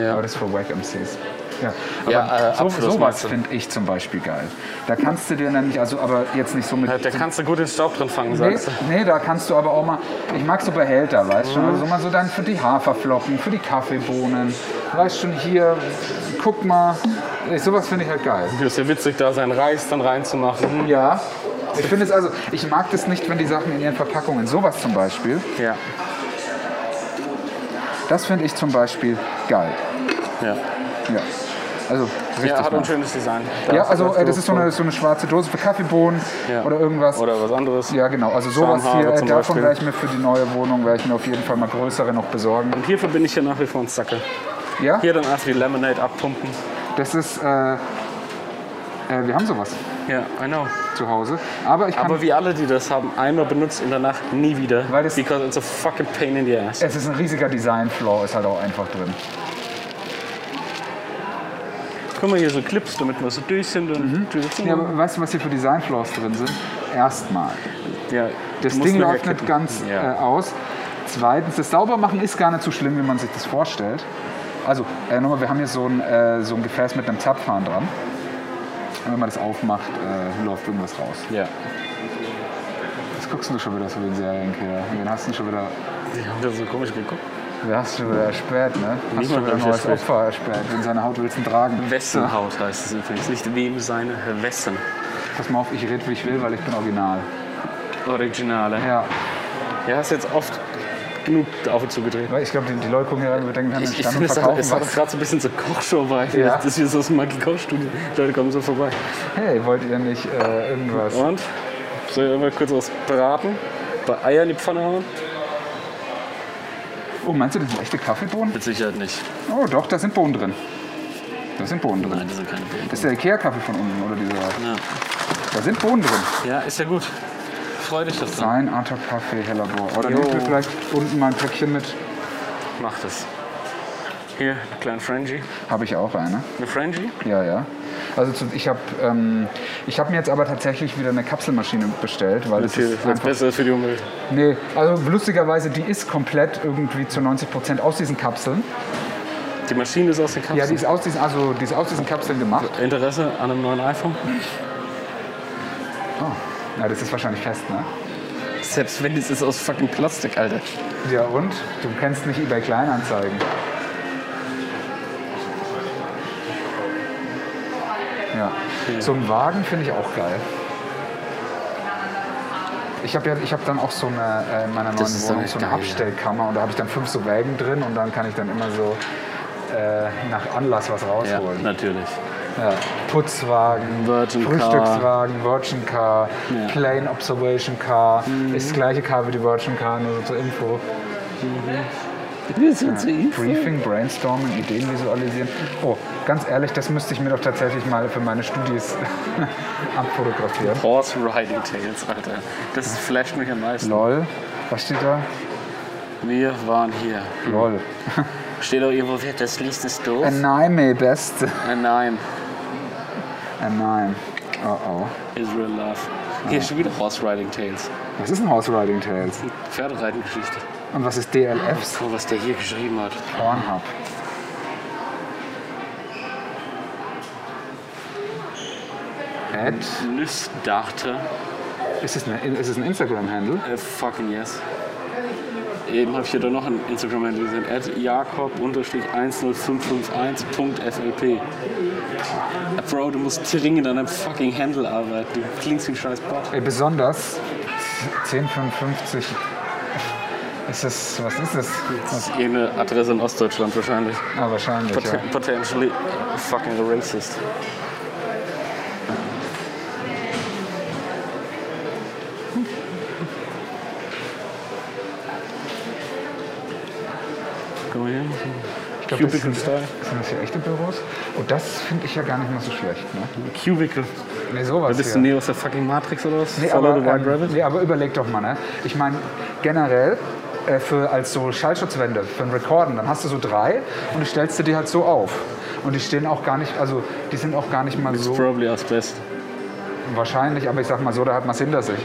C: Ja.
B: Aber das ist für Wack-MCs. Ja, aber
C: Ja, äh,
B: so,
C: Abschluss
B: sowas
C: meinst du?
B: finde ich zum Beispiel geil. Da kannst du dir nämlich, also aber jetzt nicht so mit
C: Da kannst du gut den Staub drin fangen,
B: Nee,
C: sagst du.
B: nee, da kannst du aber auch mal, ich mag so Behälter, weißt du, also mal so dann für die Haferflocken, für die Kaffeebohnen, weißt schon hier, guck mal, ich, sowas finde ich halt geil.
C: Das ist ja witzig, da seinen Reis dann reinzumachen.
B: Ja, ich finde es also, ich mag das nicht, wenn die Sachen in ihren Verpackungen, sowas zum Beispiel,
C: Ja.
B: das finde ich zum Beispiel geil.
C: Ja,
B: Ja, also richtig.
C: ja hat ein
B: nice.
C: schönes Design.
B: ja also äh, das ist so eine, so eine schwarze Dose für Kaffeebohnen
C: Ja.
B: oder irgendwas.
C: Oder was anderes.
B: ja, genau. Also sowas
C: Schamhaare
B: hier, äh,
C: zum
B: davon
C: Beispiel.
B: werde ich mir für die neue Wohnung, werde ich mir auf jeden Fall mal größere noch besorgen.
C: Und hierfür bin ich ja nach wie vor ein Sacke.
B: Ja?
C: Hier dann einfach die Lemonade abpumpen.
B: Das ist, äh, äh, wir haben sowas
C: Ja, I know.
B: zu Hause. Aber ich kann,
C: Aber wie alle, die das haben, einmal benutzt und danach nie wieder.
B: Weil das- Äh,
C: Because it's a fucking pain in the ass.
B: es ist ein riesiger Design-Flaw, ist halt auch einfach drin.
C: Guck mal hier so Clips, damit wir so durch sind. Und
B: Mhm. Ja, aber weißt du, was hier für Design-Flaws drin sind? Erstmal,
C: ja,
B: das
C: du musst
B: Ding
C: nachher
B: läuft nicht
C: kippen.
B: ganz
C: Ja.
B: äh, aus. Zweitens, das Saubermachen ist gar nicht so schlimm, wie man sich das vorstellt. Also, äh, nochmal, wir haben hier so ein, äh, so ein Gefäß mit einem Zapfhahn dran. Und wenn man das aufmacht, äh, läuft irgendwas raus.
C: ja.
B: Was guckst du schon wieder so wie ein Serienkiller? Wen hast du denn schon wieder
C: Die haben da so komisch geguckt.
B: Ja, hast du schon wieder erspäht, ne? Hast du
C: Niemand,
B: wieder ein
C: glaub ich,
B: neues
C: erspäht.
B: Opfer erspäht. In seine Haut willst du ihn tragen.
C: Wessenhaut heißt es übrigens. Nicht wem seine Wessen.
B: Pass mal auf, ich rede, wie ich will, weil ich bin original.
C: Originale.
B: Ja,
C: Ja, hast jetzt oft genug auf und zu gedreht.
B: weil ich glaube, die, die Leute gucken hier rein und denken, wir haben
C: Ich, ich
B: entstanden [laughs]
C: finde,
B: und
C: es hat,
B: verkaufen
C: es hat
B: was.
C: gerade so ein bisschen zur Kochshow bei.
B: Ja.
C: Das ist hier so aus dem Monkey Koch Studio. Die Leute kommen so vorbei.
B: Hey, wollt ihr nicht äh, irgendwas?
C: Und? Soll ich mal kurz was braten? Bei Eier in die Pfanne hauen?
B: Oh, meinst du, das sind echte Kaffeebohnen?
C: Mit Sicherheit nicht.
B: Oh, doch, da sind Bohnen drin. Da sind Bohnen drin.
C: Nein, das sind keine Bohnen.
B: Das ist der Ikea-Kaffee von unten, oder dieser.
C: Ja.
B: Da sind Bohnen drin.
C: ja, ist ja gut. Freu dich das dann.
B: Sein Arter Kaffee, heller Bohr. Oh, Oder
C: Jo.
B: nehmt ihr vielleicht unten mal ein Päckchen mit?
C: Mach das. Hier, kleinen Frangie.
B: Habe ich auch eine.
C: Eine Frangie?
B: Ja, ja. Also zu, ich habe ähm, ich hab mir jetzt aber tatsächlich wieder eine Kapselmaschine bestellt, weil es
C: Natürlich,
B: ist
C: was
B: einfach
C: besser ist für die Umwelt.
B: Nee, also lustigerweise, die ist komplett irgendwie zu 90 Prozent aus diesen Kapseln.
C: Die Maschine ist aus den Kapseln.
B: Ja, die ist aus diesen, also die ist aus diesen Kapseln gemacht.
C: Interesse an einem neuen iPhone?
B: Oh. Na, das ist wahrscheinlich fest, ne?
C: Selbst wenn das ist aus fucking Plastik, Alter.
B: Ja, und? Du kennst nicht eBay Kleinanzeigen. Ja. So einen Wagen finde ich auch geil. Ich habe ja, ich hab dann auch so eine, äh, in meiner
D: Das
B: neuen
D: ist
B: Wohnung
D: doch
B: so eine
D: geil, ja.
B: Abstellkammer und da habe ich dann fünf so Wägen drin und dann kann ich dann immer so äh, nach Anlass was
C: Ja,
B: rausholen.
C: natürlich.
B: Ja, Putzwagen,
C: Virgin Car.
B: Frühstückswagen, Virgin Car,
C: Ja. Mhm.
B: Plane Observation Car. Ist das gleiche Car wie die Virgin Car, nur so zur Info.
C: Mhm.
D: Wir sind zu ihm.
B: Briefing, Brainstorming, Ideen visualisieren. Oh, ganz ehrlich, das müsste ich mir doch tatsächlich mal für meine Studis [laughs] abfotografieren.
C: Horse Riding Tales, Alter. Das flasht mich am meisten.
B: Lol. Was steht da?
C: Wir waren hier.
B: Lol.
C: Steht doch irgendwo.
D: Wo wird das liest es doof?
B: Anime, Beste.
C: Äh, nein.
B: Anime. Oh oh.
C: Israel Love. Hier schon wieder Horse Riding Tales.
B: Was ist ein Horse Riding Tales?
C: Pferdereitengeschichte.
B: Und was ist DLFs?
C: Guck mal, was der hier geschrieben hat.
B: Pornhub. Ad?
C: Nüssdachter.
B: Ist es, eine, ist es ein Instagram-Handle?
C: Äh, fucking yes. Eben habe ich hier doch noch ein Instagram-Handle gesehen. At jakob-10551.flp. Äh, Bro, du musst dringend an deinem fucking Handle arbeiten. Du klingst wie ein scheiß Bot.
B: Äh, Besonders 1055. Ist das, was ist das?
C: Das ist irgendeine Adresse in Ostdeutschland wahrscheinlich.
B: Ah, wahrscheinlich, ja.
C: Poten- Potentially fucking racist. Komm mal her.
B: Ich glaub,
C: Cubicle
B: das
C: Style.
B: sind, sind das hier echte Büros? Und das finde ich ja gar nicht mal so schlecht, ne?
C: Cubicle.
B: Nee, sowas
C: Bist du
B: hier.
C: Neo aus der fucking Matrix oder was?
B: Nee,
C: Follow
B: aber,
C: the White
B: ähm,
C: Rabbit?
B: nee, aber überleg doch mal, ne? Ich meine, generell äh, für, als so Schallschutzwände für ein Recorden, dann hast du so drei und du stellst dir die halt so auf. Und die stehen auch gar nicht, also die sind auch gar nicht mal
C: It's
B: so
C: probably Asbest.
B: wahrscheinlich, aber ich sag mal so, da hat man es hinter sich.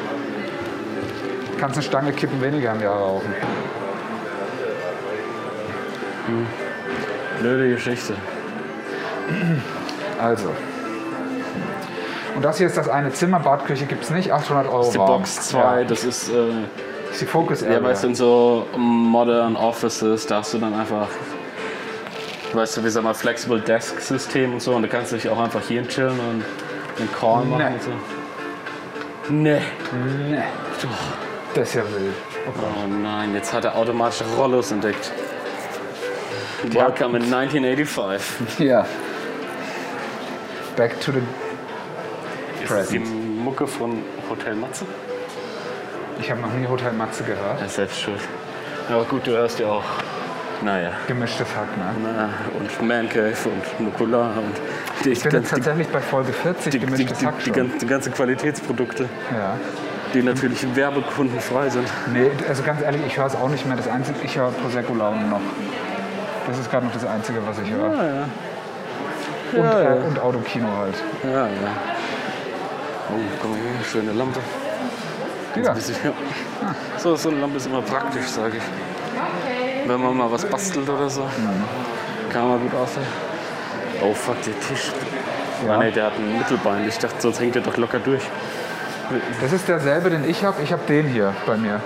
B: Kannst eine Stange kippen weniger im Jahr rauchen.
C: Blöde Geschichte.
B: Also. Und das hier ist das eine Zimmer, Badküche gibt es nicht, 800 Euro.
C: Die
B: Raum.
C: Box 2,
B: Ja,
C: das ist, äh,
B: das ist die Focus Area.
C: ja, weißt du, in so modern Offices darfst du dann einfach, weißt du, wie sag mal, Flexible Desk System und so und du kannst dich auch einfach hier chillen und einen Call machen
B: Nee.
C: und so. Nee.
B: Nee. Das ist ja wild.
C: Oh nein, jetzt hat er automatische Rollos entdeckt. Welcome in 1985.
B: Ja. Back to the.
C: Ist das die
B: Present.
C: Mucke von Hotel Matze?
B: Ich habe noch nie Hotel Matze gehört.
C: Ja, selbst schuld. Ja gut, du hörst ja auch. Naja.
B: Gemischtes Hack, ne?
C: Na, und Man Cave und Nukular und die,
B: Ich bin jetzt tatsächlich bei Folge 40
C: die, die, die, die,
B: gemischtes Hack
C: die,
B: schon.
C: ganzen, die ganzen Qualitätsprodukte,
B: Ja.
C: die natürlich werbekundenfrei sind.
B: Nee, also ganz ehrlich, ich höre es auch nicht mehr. Das Einzige, ich höre Prosecco Launen noch. Das ist gerade noch das Einzige, was ich höre.
C: Ah, Ja, ja.
B: und,
C: ja,
B: äh, und Autokino halt.
C: ja, ja. Oh, guck mal hier, schöne Lampe.
B: Ja.
C: Bisschen- ja. So, so eine Lampe ist immer praktisch, sage ich. Wenn man mal was bastelt oder so, kann man gut aussehen. Oh fuck, der Tisch.
B: Ja.
C: Ah, nee, der hat ein Mittelbein. Ich dachte, sonst hängt er doch locker durch.
B: Das ist derselbe, den ich habe. Ich habe den hier bei mir.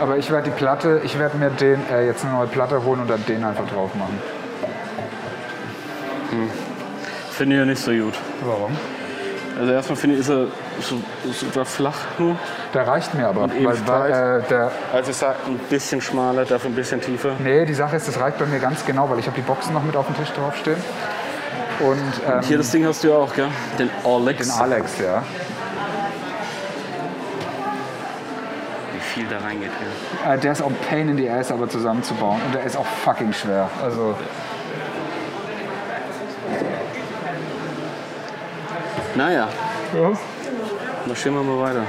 B: Aber ich werde die Platte, ich werde mir den äh, jetzt eine neue Platte holen und dann den einfach drauf machen.
C: Finde ich ja nicht so gut.
B: Warum?
C: Also erstmal finde ich, ist er so, super flach nur.
B: Der reicht mir aber.
C: eben
B: Weil, weil, äh, der,
C: Also ist er ein bisschen schmaler, dafür ein bisschen tiefer.
B: nee, die Sache ist, das reicht bei mir ganz genau, weil ich habe die Boxen noch mit auf dem Tisch draufstehen. Und ähm,
C: Hier das Ding hast du ja auch, gell? Den Orlex.
B: den Alex, ja.
C: Wie viel da reingeht, gell?
B: Äh, der ist auch ein Pain in the Ass, aber zusammenzubauen. Und der ist auch fucking schwer. Also,
C: Naja, marschieren wir mal weiter.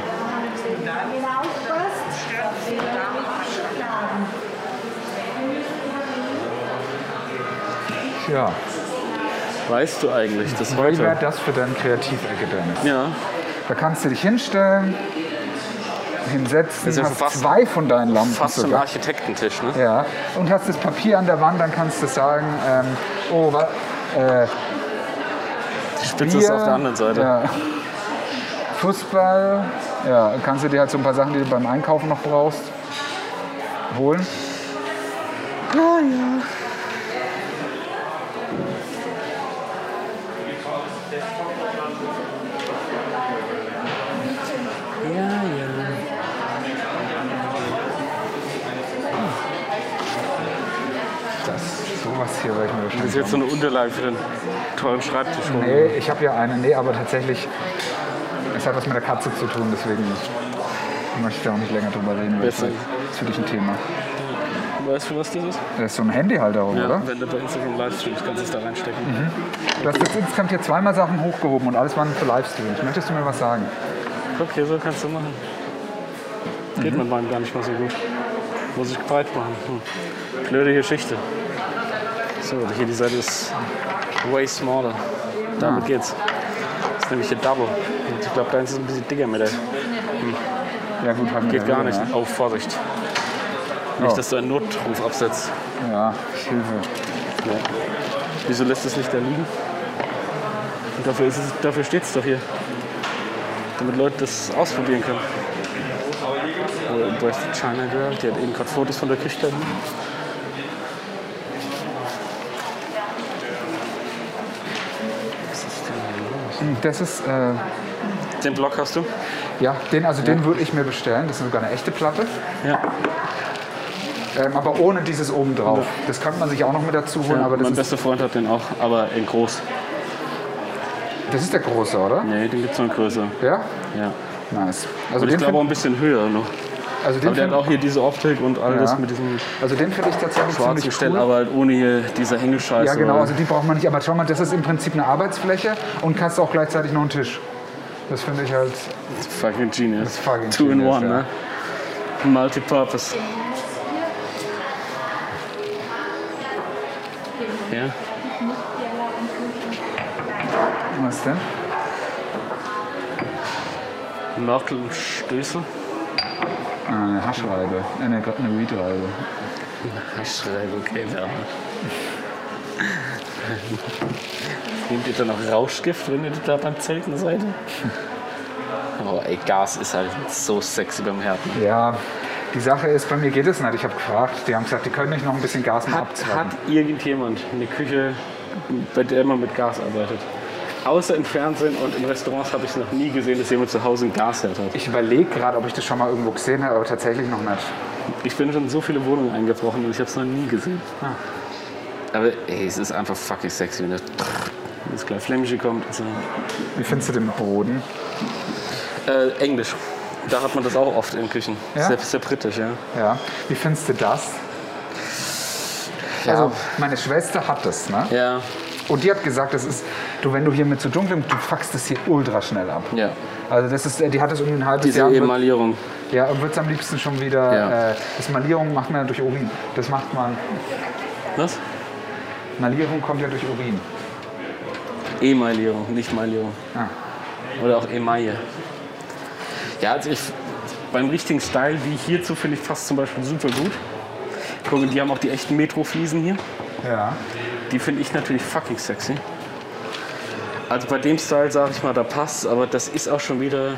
B: ja.
C: Weißt du eigentlich, dass
B: Wie wäre
C: heute...
B: das für deine Kreativecke, Dennis?
C: Ja,
B: Da kannst du dich hinstellen, hinsetzen,
C: Das ist ja
B: hast
C: fast-
B: zwei von deinen Lampen
C: fast so ein
B: sogar.
C: Architektentisch, ne?
B: Ja, und hast das Papier an der Wand, dann kannst du sagen, ähm, oh, wa- äh,
C: Die Spitze ist
B: Bier,
C: auf der anderen Seite.
B: Ja. Fußball, ja, kannst du dir halt so ein paar Sachen, die du beim Einkaufen noch brauchst, holen. Das, sowas hier werde ich mir
C: Das ist
B: bestimmt
C: jetzt so eine Unterlage für den teuren Schreibtisch.
B: Nee, ich habe ja eine. Nee, aber tatsächlich, es hat was mit der Katze zu tun, deswegen möchte ich da auch nicht länger drüber reden. weil
C: Besser.
B: Das ist für dich ein Thema.
C: Weißt du, was das ist?
B: Das ist so ein Handyhalter, oben, oder?
C: Wenn du bei Instagram Livestreams kannst du es da reinstecken.
B: Mhm. Du hast jetzt insgesamt hier zweimal Sachen hochgehoben und alles waren für Livestreams. Möchtest du mir was sagen?
C: Okay, so kannst du machen. Geht
B: Mhm.
C: mit meinem gar nicht mal so gut. Muss ich breit machen. Hm. Blöde Geschichte. So, hier die Seite ist way smaller. Damit
B: Ah.
C: geht's. Das ist nämlich hier Double. Und ich glaube, deins ist ein bisschen dicker mit der.
B: Ja gut, haben wir
C: Geht
B: ja
C: gar nicht.
B: wieder,
C: Oh, Vorsicht.
B: Ja.
C: Nicht, dass du einen Notruf absetzt.
B: ne? Ja, Hilfe.
C: Wieso lässt es nicht da liegen? Und dafür, ist es, dafür steht es doch hier. Damit Leute das ausprobieren können. Wobei die China Girl, die hat eben gerade Fotos von der Küche da liegen.
B: Hm, Das ist, äh,
C: Den Block hast du?
B: ja, den, also den würde ich mir bestellen. Das ist sogar eine echte Platte.
C: Ja.
B: Ähm, aber ohne dieses oben drauf. Das könnte man sich auch noch mit dazu holen, aber das
C: mein
B: ist,
C: bester Freund hat den auch, aber in groß.
B: das ist der große, oder?
C: Nee, den gibt es noch in größer.
B: Ja?
C: Ja.
B: Nice.
C: Und
B: Also
C: ich
B: den
C: glaube auch
B: finde
C: ein bisschen höher noch.
B: also den
C: Aber der hat
B: find,
C: auch hier diese Optik und alles
B: Ja.
C: mit diesem
B: also den finde ich tatsächlich
C: schwarzen
B: ziemlich
C: Stell,
B: cool.
C: aber halt ohne hier diese Hängescheiße.
B: Ja, genau,
C: oder-
B: also die braucht man nicht. Aber schau mal, das ist im Prinzip eine Arbeitsfläche und kannst auch gleichzeitig noch einen Tisch. Das finde ich halt.
C: Fucking genius.
B: Fucking
C: Two in
B: genius,
C: one,
B: ja.
C: ne? Multipurpose. Ja.
B: Was denn?
C: Mörtel und Stößel.
B: Eine Haschreibe. Eine, eine Weedreibe.
C: Schreibe, okay, ja. [laughs] Nehmt ihr dann noch Rauschgift, wenn ihr da beim Zelten seid? Oh, ey, Gas ist halt so sexy beim Härten.
B: Ja, die Sache ist, bei mir geht es nicht. Ich habe gefragt. Die haben gesagt, die können nicht noch ein bisschen Gas mal
C: Hat,
B: abzwacken.
C: hat irgendjemand eine Küche, bei der man mit Gas arbeitet? Außer im Fernsehen und in Restaurants habe ich es noch nie gesehen, dass jemand zu Hause einen Gasherd hat.
B: Ich überlege gerade, ob ich das schon mal irgendwo gesehen habe, aber tatsächlich noch nicht.
C: Ich bin schon in so viele Wohnungen eingebrochen und ich habe es noch nie gesehen. Ah. Aber ey, es ist einfach fucking sexy, wenn das, wenn das gleich Flämische kommt. und so.
B: Wie findest du den Boden?
C: Äh, Englisch. Da hat man das auch oft in Küchen.
B: Ja?
C: Sehr, sehr britisch, ja.
B: Ja. Wie findest du das? Also, meine Schwester hat das, ne?
C: Ja,
B: Und die hat gesagt, das ist, du, wenn du hier mit zu dunklem, du fuckst das hier ultra schnell ab.
C: ja.
B: Also das ist, die hat das irgendwie ein halbes
C: Diese
B: Jahr.
C: Emalierung.
B: ja, und wird es am liebsten schon wieder.
C: Ja.
B: Äh, das Malierung macht man ja durch Urin. Das macht man.
C: Was?
B: Malierung kommt ja durch Urin.
C: Emalierung, nicht Malierung.
B: Ah.
C: Oder auch Emaille. Ja, also ich, beim richtigen Style, wie hierzu, finde ich fast zum Beispiel super gut. Guck, und die haben auch die echten Metrofliesen hier.
B: Ja.
C: Die finde ich natürlich fucking sexy. Also bei dem Style sage ich mal, da passt, aber das ist auch schon wieder.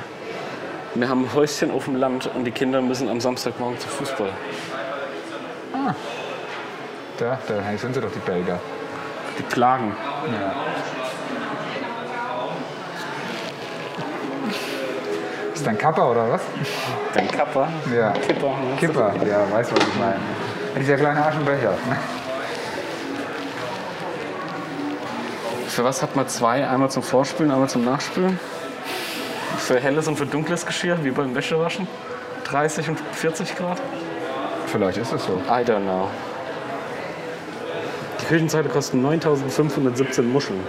C: Wir haben ein Häuschen auf dem Land und die Kinder müssen am Samstagmorgen zu Fußball.
B: Da, da hey, sind sie doch die Belgier.
C: Die plagen.
B: Ja. ist dein Kappa oder was?
C: Dein Kappa.
B: Ja.
C: Kipper. ne?
B: Kipper, ja, weiß, was ich meine. Dieser kleine Aschenbecher.
C: Für was hat man zwei? Einmal zum Vorspülen, einmal zum Nachspülen. Für helles und für dunkles Geschirr, wie beim Wäschewaschen. 30 und 40 Grad.
B: [laughs] Vielleicht ist es so.
C: I don't know. Die Küchenzeile kosten 9517 Muscheln,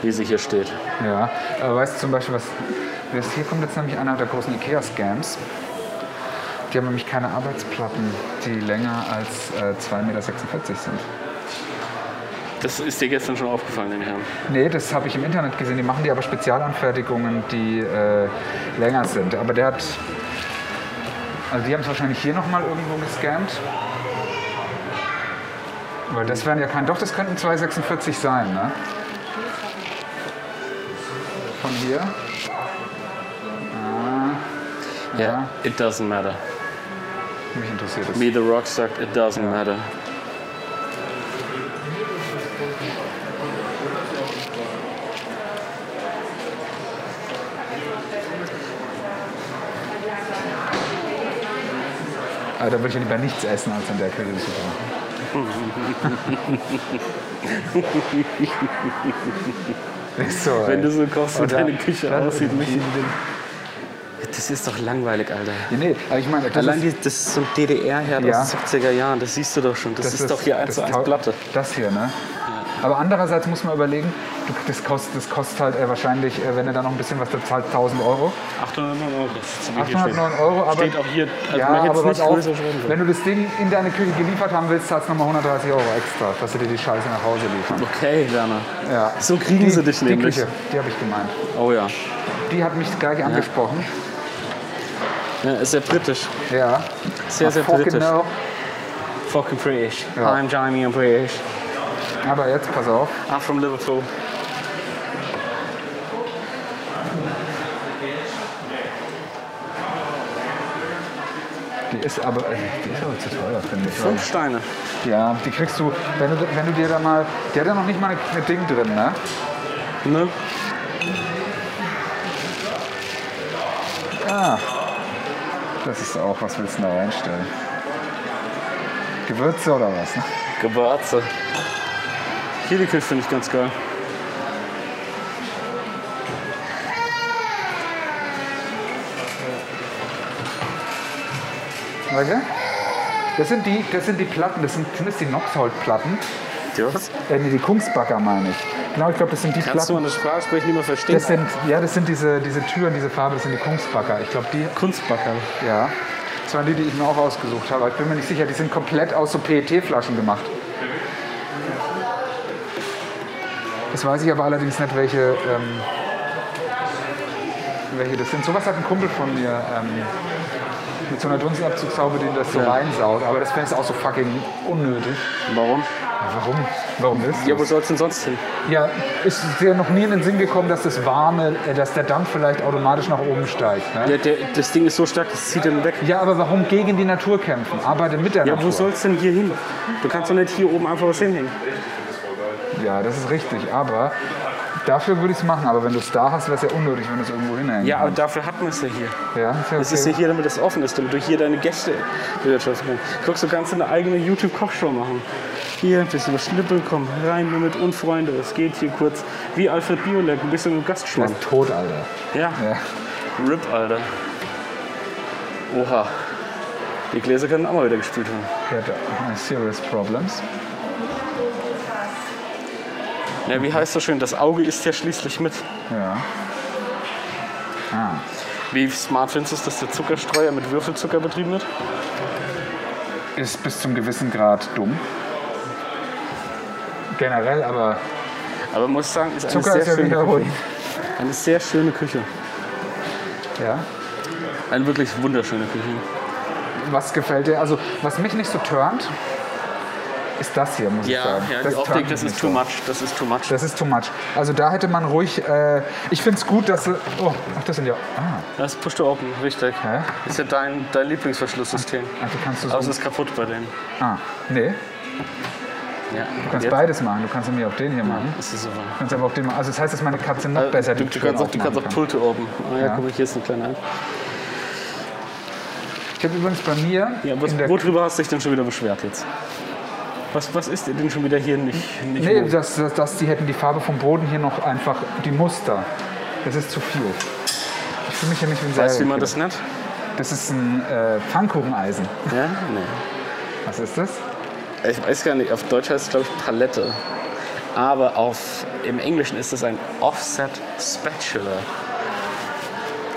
C: wie sie hier steht.
B: Ja, aber weißt du zum Beispiel, was, das hier kommt jetzt nämlich einer der großen Ikea-Scams. Die haben nämlich keine Arbeitsplatten, die länger als äh, 2,46 Meter sind.
C: Das ist dir gestern schon aufgefallen, den Herrn.
B: Nee, das habe ich im Internet gesehen. Die machen die aber Spezialanfertigungen, die äh, länger sind. Aber der hat. Also die haben es wahrscheinlich hier nochmal irgendwo gescammt. Weil das wären ja kein. Doch, das könnten 246 sein, ne? Von hier.
C: Ja. It doesn't matter.
B: Mich interessiert das.
C: Wie The Rock sagt, it doesn't matter.
B: Aber Ah, da würde ich ja lieber nichts essen als an der Kälte zu fahren.
C: [laughs]
B: Ist so,
C: Wenn
B: ey.
C: du so kochst, wie
B: Oder-
C: deine Küche
B: Oder-
C: aussieht, Michi. Das ist doch langweilig, Alter.
B: Ja, Nee, aber ich meine, das
C: Allein
B: ist,
C: die, das ist so ein DDR-Herd
B: Ja.
C: aus den 70er Jahren, das siehst du doch schon. Das, ist, doch hier 1
B: das
C: zu 1
B: tau-
C: Platte.
B: Das hier, ne? Aber andererseits muss man überlegen, du- das kostet, das kostet halt äh, wahrscheinlich, äh, wenn du da noch ein bisschen was bezahlst, 1000 Euro.
C: 809 Euro. Das ist so wie hier steht.
B: 809 Euro, aber.
C: Steht auch hier, also
B: ja,
C: man hätte es
B: aber pass
C: nicht
B: auf,
C: größer schreiben sollen.
B: wenn du das Ding in deine Küche geliefert haben willst, zahlst du nochmal 130 Euro extra, dass sie dir die Scheiße nach Hause liefern.
C: Okay, Werner.
B: Ja.
C: So kriegen
B: die,
C: sie dich
B: die
C: nämlich.
B: Küche, die habe ich gemeint.
C: Oh ja.
B: Die hat mich gleich angesprochen.
C: ja. Ist sehr britisch.
B: Ja.
C: Sehr, sehr
B: Fucking
C: britisch.
B: no.
C: Fucking British.
B: Ja.
C: I'm Jamie, I'm British.
B: Aber jetzt, pass auf.
C: I'm from Liverpool.
B: Die ist aber, äh, die ist aber zu teuer, finde ich.
C: Fünf Steine.
B: Ja, die kriegst du, wenn du, wenn du dir da mal, die hat ja noch nicht mal ein Ding drin, ne?
C: Ne?
B: Das ist auch, was willst du da reinstellen? Gewürze oder was? Ne?
C: Gewürze. Hier die Küche finde ich ganz geil.
B: Welche? Das sind die, das sind die Platten, das sind, sind das die Noxholt-Platten?
C: Was?
B: Äh, nee, die Kungsbacker meine ich. Genau, ich glaube, das sind die
C: Kannst du
B: Platten.
C: eine Sprache sprechen, die man versteht?
B: Das sind, ja, das sind diese, diese Türen, diese Farbe, das sind die Kungsbacker. Ich glaube, die,
C: Kunstbacker.
B: ja. Das waren die, die ich mir auch ausgesucht habe. aber Ich bin mir nicht sicher, die sind komplett aus so PET-Flaschen gemacht. Das weiß ich aber allerdings nicht, welche, ähm, welche das sind. Sowas hat ein Kumpel von mir ähm, mit so einer Dunstabzugshaube, den das so reinsaut. Aber das fände ich auch so fucking unnötig.
C: Warum?
B: Ja, warum? Warum ist
C: Ja,
B: das?
C: wo soll's denn sonst hin?
B: Ja, ist dir noch nie in den Sinn gekommen, dass das warme, äh, dass der Dampf vielleicht automatisch nach oben steigt. Ne?
C: Der, der, das Ding ist so stark, das zieht den weg.
B: Ja, aber warum gegen die Natur kämpfen? Arbeite mit der
C: Ja, wo
B: Natur.
C: soll's denn hier hin? Du kannst doch nicht hier oben einfach was hinhängen.
B: Ja, das ist richtig, aber dafür würde ich es machen. Aber wenn du es da hast, wäre es ja unnötig, wenn du es irgendwo hinhängst.
C: Ja, aber dafür hat man es ja hier.
B: ja, ist ja okay.
C: Es ist ja hier, damit das offen ist, damit du hier deine Gäste bewirtschaften kannst. Guckst du kannst eine eigene YouTube-Kochshow machen. Hier ein bisschen was schnippeln, komm rein, nur mit Unfreunde. Es geht hier kurz. Wie Alfred Biolek, ein bisschen im
B: Der
C: Gastschwamm.
B: ist tot, Alter.
C: Ja.
B: Ja.
C: RIP, Alter. Oha. Die Gläser können auch mal wieder gespült werden.
B: Der hat äh, serious problems.
C: Ja, wie heißt so schön, das Auge ist ja schließlich mit.
B: Ja. Ah,
C: Wie smart findest du es, dass der Zuckerstreuer mit Würfelzucker betrieben wird?
B: ist bis zum gewissen Grad dumm. Generell, aber
C: Aber man muss sagen, ist eine
B: Zucker
C: sehr,
B: ist ja wieder
C: schöne Küche.
B: ruhig.
C: eine sehr schöne Küche.
B: Ja.
C: Eine wirklich wunderschöne Küche.
B: Was gefällt dir? Also, was mich nicht so turnt, ist das hier, muss ich
C: Ja,
B: sagen.
C: ja die Optik,
B: turnt
C: das
B: mich
C: ist
B: nicht
C: too much. Das ist too much.
B: Das ist too much. Also da hätte man ruhig. Äh, ich finde es gut, dass. sie- Oh, ach, das sind ja. Ah,
C: Das ist Push to Open, richtig.
B: Hä?
C: Ist ja dein, dein Lieblingsverschlusssystem.
B: ach, du kannst du
C: Aber es
B: so.
C: ist kaputt bei denen.
B: Ah, nee.
C: Ja.
B: Du ah, kannst
C: Jetzt
B: beides machen. Du kannst nämlich auch den hier machen.
C: Ist es soweit.
B: Du kannst aber auch den machen. Also das heißt, dass meine Katze noch besser
C: Äh, du,
B: die
C: du
B: Türen
C: kannst auch, du kannst
B: aufmachen
C: auch
B: kann.
C: Pulte oben. Ah, ja,
B: Ja.
C: guck mal, hier ist ein kleiner.
B: Ich habe übrigens bei mir
C: Ja, was,
B: in der
C: worüber hast du dich denn schon wieder beschwert jetzt? Was, was ist dir denn schon wieder hier nicht, nicht
B: Nee,
C: wohl?
B: dass, dass, dass die hätten die Farbe vom Boden hier noch einfach die Muster. Das ist zu viel. Ich fühle mich ja nicht wie ein
C: Weißt du, wie
B: Serial
C: man
B: Killer.
C: das nennt?
B: Das ist ein äh, Pfannkucheneisen.
C: Ja? Nee.
B: Was ist das?
C: Ich weiß gar nicht, auf Deutsch heißt es, glaube ich, Palette. Aber auf, im Englischen ist es ein Offset Spatula.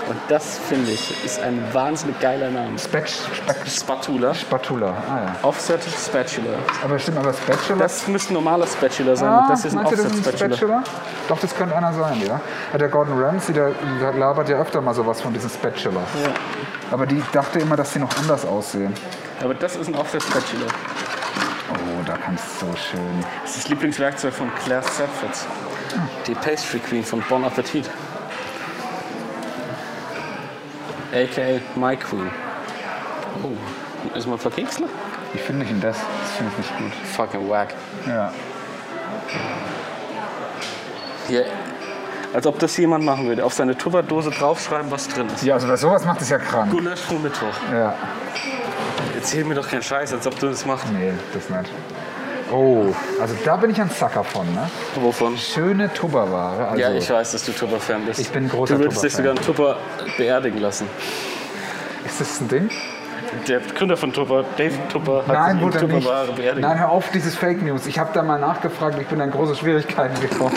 C: Und das, finde ich, ist ein wahnsinnig geiler Name.
B: Spatch, Spatch,
C: Spatula.
B: Spatula. Ah ja.
C: Offset Spatula.
B: Aber stimmt, aber Spatula.
C: Das müsste ein normaler Spatula sein.
B: ah,
C: das ist ein
B: meinst du,
C: Offset
B: das ist ein
C: Spatula.
B: Spatula? Doch, das könnte einer sein, ja. Ja, Der Gordon Ramsay, der, der labert ja öfter mal sowas von diesen Spatulas.
C: Ja.
B: Aber die ich dachte immer, dass die noch anders aussehen.
C: Aber das ist ein Offset Spatula.
B: Oh, da kannst du so schön.
C: Das ist das Lieblingswerkzeug von Claire Sedford. Die Pastry Queen von Bon Appetit. A.k.a. My Queen. Oh, ist man verkeksler?
B: Wie finde ich denn das? Das finde ich nicht gut.
C: Fucking whack.
B: Ja.
C: Hier, Als ob das jemand machen würde. Auf seine Tupperdose draufschreiben, was drin ist.
B: Ja, also bei sowas macht es ja krank.
C: Gulasch vom Mittwoch.
B: Ja.
C: Erzähl mir doch keinen Scheiß, als ob du das machst.
B: Nee, das nicht. Oh, also da bin ich ein Sucker von, ne?
C: Wovon?
B: Schöne Tupperware. Also,
C: Ja, ich weiß, dass du Tupper-Fan bist.
B: Ich bin ein großer
C: Du würdest dich sogar
B: Tupper-Fan.
C: einen Tupper beerdigen lassen.
B: Ist das ein Ding?
C: Der Gründer von Tupper, Dave Tupper, hat
B: Nein,
C: sich in
B: wurde nicht.
C: Tupperware beerdigt.
B: Nein, hör auf, dieses Fake News. Ich habe da mal nachgefragt, ich bin an große Schwierigkeiten gekommen.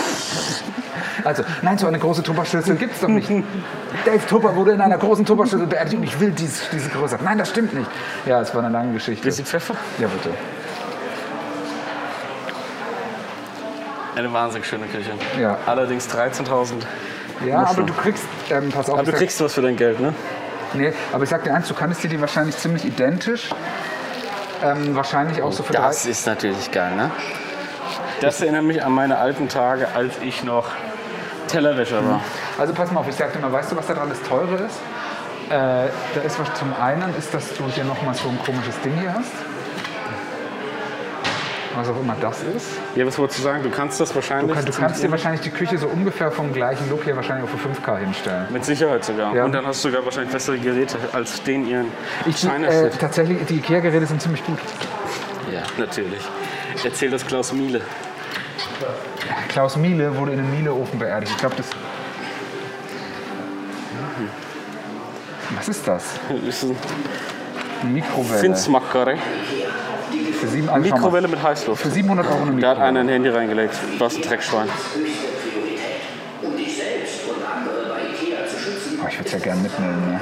B: Also, nein, so eine große Tupperschüssel gibt's doch nicht. Dave Tupper wurde in einer großen Tupperschüssel beerdigt und ich will dies, diese Größe. Nein, das stimmt nicht. Ja, es war eine lange Geschichte.
C: Bisschen Pfeffer?
B: Ja, bitte.
C: Eine wahnsinnig schöne Küche.
B: Ja.
C: Allerdings 13.000.
B: Ja,
C: Muss
B: aber
C: noch.
B: du kriegst, ähm, pass auf,
C: Aber
B: ich
C: du
B: sag-
C: kriegst was für dein Geld, ne?
B: Nee, aber ich sag dir eins, du kannst dir die wahrscheinlich ziemlich identisch. Ähm, wahrscheinlich auch so für drei.
D: ist natürlich geil, ne?
C: Das erinnert mich an meine alten Tage, als ich noch Tellerwäscher war.
B: Also pass mal auf, ich sag dir mal, weißt du, was da dran das Teure ist? Äh, da ist was zum einen, ist, dass du hier nochmal so ein komisches Ding hier hast. Was auch immer das ist.
C: Ja, was wolltest du sagen? Du kannst das wahrscheinlich.
B: Du kannst dir wahrscheinlich die Küche so ungefähr vom gleichen Look hier wahrscheinlich auch für 5K hinstellen.
C: mit Sicherheit sogar.
B: Ja.
C: Und dann hast du sogar wahrscheinlich bessere Geräte als den ihren
B: Ich,
C: China
B: äh,
C: Shit.
B: tatsächlich, die Ikea-Geräte sind ziemlich gut.
C: Ja, natürlich. Erzähl das Klaus Miele.
B: Klaus Miele wurde in einem Miele-Ofen beerdigt. Ich glaube, das... Was ist das?
C: Das ist ein
B: Eine Mikrowelle.
C: Finzmakare.
B: Für sieben, also schau mal.
C: Mikrowelle mit Heißluft.
B: Für 700 Euro eine
C: Der hat
B: Mikrowelle.
C: einen ein Handy reingelegt. Was ein Dreckschwein.
B: Oh, ich würde es ja gerne mitnehmen. Ne?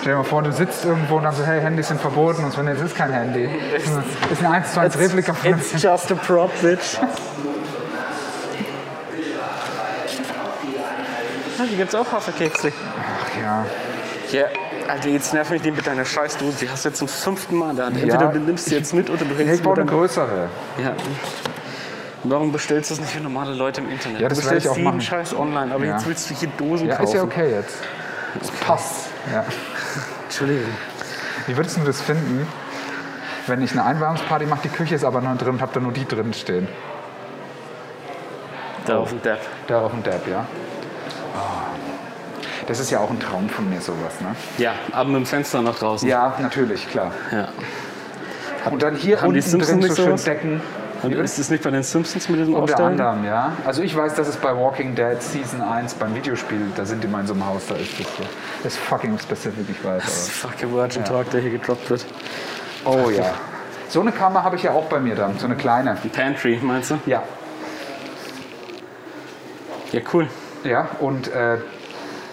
B: Stell dir mal vor, du sitzt irgendwo und dann so, hey, Handys sind verboten. Und so, nee, das ist kein Handy. Das ist ein- das ist eine 1 zu 1 Replika von einem
C: It's just a prop, bitch. Ah, Hier gibt's auch Haferkekse.
B: Ach ja.
C: Ja, Alter, jetzt nerv mich nicht mit deiner Scheißdose. Die hast du jetzt zum fünften Mal da. Entweder
B: Ja,
C: du nimmst sie jetzt mit oder du
B: Nee,
C: hängst
B: ich
C: sie mit
B: brauche eine
C: deinem-
B: größere.
C: ja. Warum bestellst du es nicht wie normale Leute im Internet?
B: Ja, das
C: du
B: werde ich
C: bestellst
B: auch
C: jeden
B: machen.
C: Scheiß online, aber
B: Ja.
C: jetzt willst du hier Dosen
B: Ja,
C: kaufen.
B: ist ja okay jetzt. Das passt. Ja.
C: Entschuldigung.
B: Wie würdest du das finden, wenn ich eine Einweihungsparty mache, die Küche ist aber noch drin und hab da nur die drin stehen?
C: Da auf dem Depp.
B: Da auf dem Dab, ja. Oh. Das ist ja auch ein Traum von mir, sowas, ne?
C: Ja, aber mit dem Fenster nach draußen.
B: Ja, natürlich, klar.
C: Hm. Ja.
B: Und dann hier
C: haben die
B: unten
C: Simpsons
B: drin so
C: nicht
B: schön
C: sowas?
B: Decken.
C: Und ist es nicht bei den Simpsons mit diesem
B: Unter
C: Aufstellen?
B: anderem, ja. Also ich weiß, dass es bei Walking Dead Season 1 beim Videospiel, da sind die mal in so einem Haus, da ist das so. Das ist fucking specific, ich
C: Das
B: weiß.
C: ist fucking Virgin Talk, der hier gedroppt wird.
B: Aber. Oh ja. So eine Kammer habe ich ja auch bei mir dann, so eine kleine.
C: Pantry, meinst du?
B: Ja.
C: Ja, cool.
B: Ja, und äh,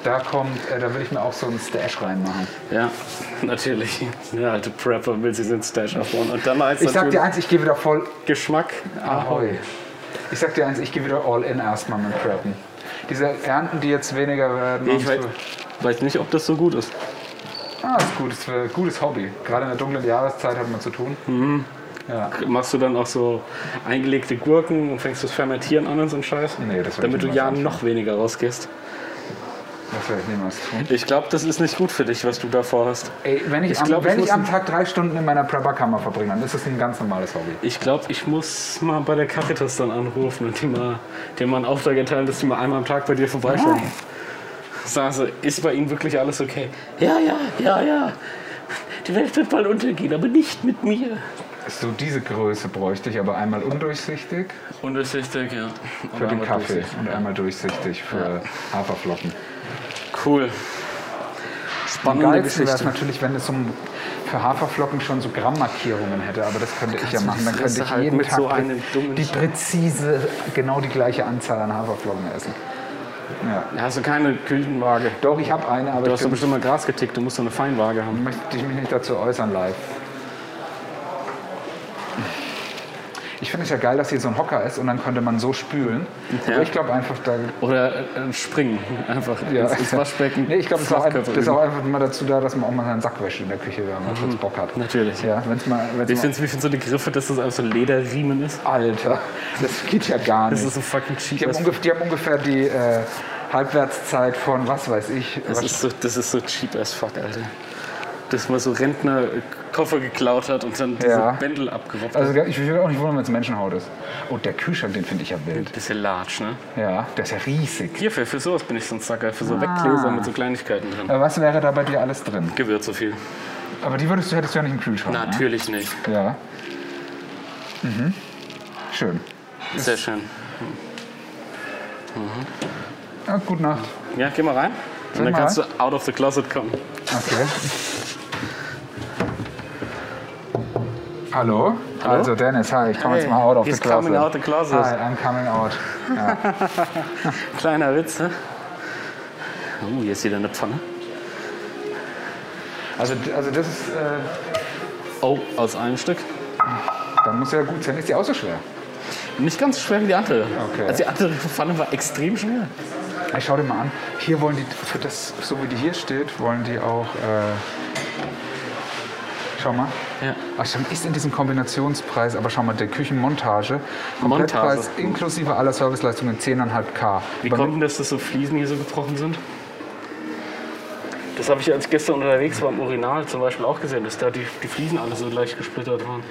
B: da kommt, äh, da will ich mir auch so einen Stash reinmachen.
C: Ja, [laughs] natürlich. Der alte Prepper will sich seinen Stash aufbauen. Und dann als
B: Ich sag dir
C: natürlich
B: eins, ich gehe wieder voll
C: Geschmack.
B: Ahoi. Ich sag dir eins, ich gehe wieder all in erstmal mit Preppen. Diese Ernten, die jetzt weniger werden.
C: Ich
B: und
C: weiß,
B: so.
C: weiß nicht, ob das so gut ist.
B: Ah, ist gut, ist ein gutes Hobby. Gerade in der dunklen Jahreszeit hat man zu tun.
C: Machst du dann auch so eingelegte Gurken und fängst das Fermentieren an und so einen Scheiß?
B: Nee, das will ich
C: Damit du
B: niemals
C: ja
B: anfangen.
C: noch weniger rausgehst.
B: Das werde ich niemals tun.
C: Ich glaube, das ist nicht gut für dich, was du da vorhast.
B: Ey, wenn ich,
C: Ich
B: am,
C: glaub, ich
B: wenn ich,
C: muss-
B: am Tag drei Stunden in meiner Prepperkammer verbringe, dann ist das ein ganz normales Hobby.
C: Ich glaube, ich muss mal bei der Caritas dann anrufen und die mal, dem mal einen Auftrag erteilen, dass die mal einmal am Tag bei dir vorbeischauen.
B: Nein.
C: Sagen sie, ist bei ihnen wirklich alles okay?
D: Ah. Ja, ja, ja, ja. Die Welt wird bald untergehen, aber nicht mit mir.
B: So diese Größe bräuchte ich, aber einmal undurchsichtig
C: Undurchsichtig, ja.
B: für den Kaffee und einmal durchsichtig für Haferflocken.
C: Cool.
B: Am
C: Spannende
B: geilsten wäre es
C: Geschichte.
B: natürlich, wenn es so ein- für Haferflocken schon so Grammmarkierungen hätte, aber das könnte ich ja
C: Kannst du
B: machen. Dann
C: die
B: könnte
C: Fresse
B: ich
C: halten
B: jeden
C: mit
B: Tag
C: so einem dummen
B: die
C: Sch-
B: präzise, genau die gleiche Anzahl an Haferflocken essen. Ja.
C: Hast du Also keine Küchenwaage?
B: Doch, ich habe eine, aber
C: Du
B: ich,
C: hast doch
B: bin,
C: bestimmt mal Gras getickt, du musst doch eine Feinwaage haben.
B: möchte ich mich nicht dazu äußern live. Ich finde es ja geil, dass hier so ein Hocker ist und dann könnte man so spülen. Aber ich glaube einfach, da
C: Oder äh, springen, einfach
B: Ja.
C: ins, ins Waschbecken.
B: [laughs] Nee, ich glaube, das, ist auch ein- das
C: Flachköpfe
B: ist auch
C: üben. Mhm.
B: einfach mal dazu da, dass man auch mal seinen Sack wäscht in der Küche, wenn man schon Bock hat.
C: Natürlich.
B: Ja, wenn's mal, wenn's
C: Ich
B: mal,
C: finde es so eine Griffe, dass das einfach so ein Lederriemen ist.
B: Alter, [laughs] das geht ja gar
C: Das
B: nicht.
C: ist so fucking cheap.
B: die, haben
C: as
B: ungefähr, die haben ungefähr die äh, Halbwertszeit von was weiß ich.
C: Das
B: was-
C: ist, so, das ist so cheap as fuck, Alter. Dass man so Rentner äh, Koffer geklaut hat und dann diese
B: Ja.
C: Bändel abgerobbt hat.
B: also ich würde auch nicht wundern, wenn es Menschenhaut ist. Oh, der Kühlschrank, den finde ich ja wild.
C: Das ist ja large, ne?
B: Ja, der ist ja riesig.
C: Hierfür, für sowas bin ich so ein Sucker. Für so Weggläser mit so Kleinigkeiten drin.
B: Aber was wäre da bei dir alles drin?
C: Gewürz so viel.
B: Aber die würdest du, hättest du ja nicht im Kühlschrank. ne?
C: Natürlich nicht.
B: Ja. Mhm. Schön.
C: Sehr schön.
B: Ah, gute Nacht.
C: Ja, geh mal rein. Und
B: ich
C: dann
B: mal
C: kannst du out of the closet kommen.
B: Okay. Hallo? Also Dennis, hi, ich komme jetzt mal out of
C: he's
B: the closet.
C: coming out the closet.
B: Hi, I'm coming out.
C: Kleiner Witz, ne? Oh, hier ist wieder eine Pfanne.
B: Also, also das ist, äh,
C: Oh, aus einem Stück.
B: dann muss ja gut sein. Ist die auch so schwer?
C: Nicht ganz so schwer wie die andere.
B: Okay.
C: Also die andere Pfanne war extrem schwer.
B: Ich schau dir mal an. Hier wollen die, für das, so wie die hier steht, wollen die auch, äh, schau mal.
C: Ja.
B: Ach stimmt, ist in diesem Kombinationspreis, aber schau mal, der Küchenmontage. Komplettpreis
C: Montage.
B: inklusive aller Serviceleistungen 10,5k.
C: Wie
B: Aber
C: kommt denn das, dass so Fliesen hier so gebrochen sind? Das habe ich, als ich gestern unterwegs war im Urinal zum Beispiel auch gesehen, dass da die, die Fliesen alle so leicht gesplittert waren.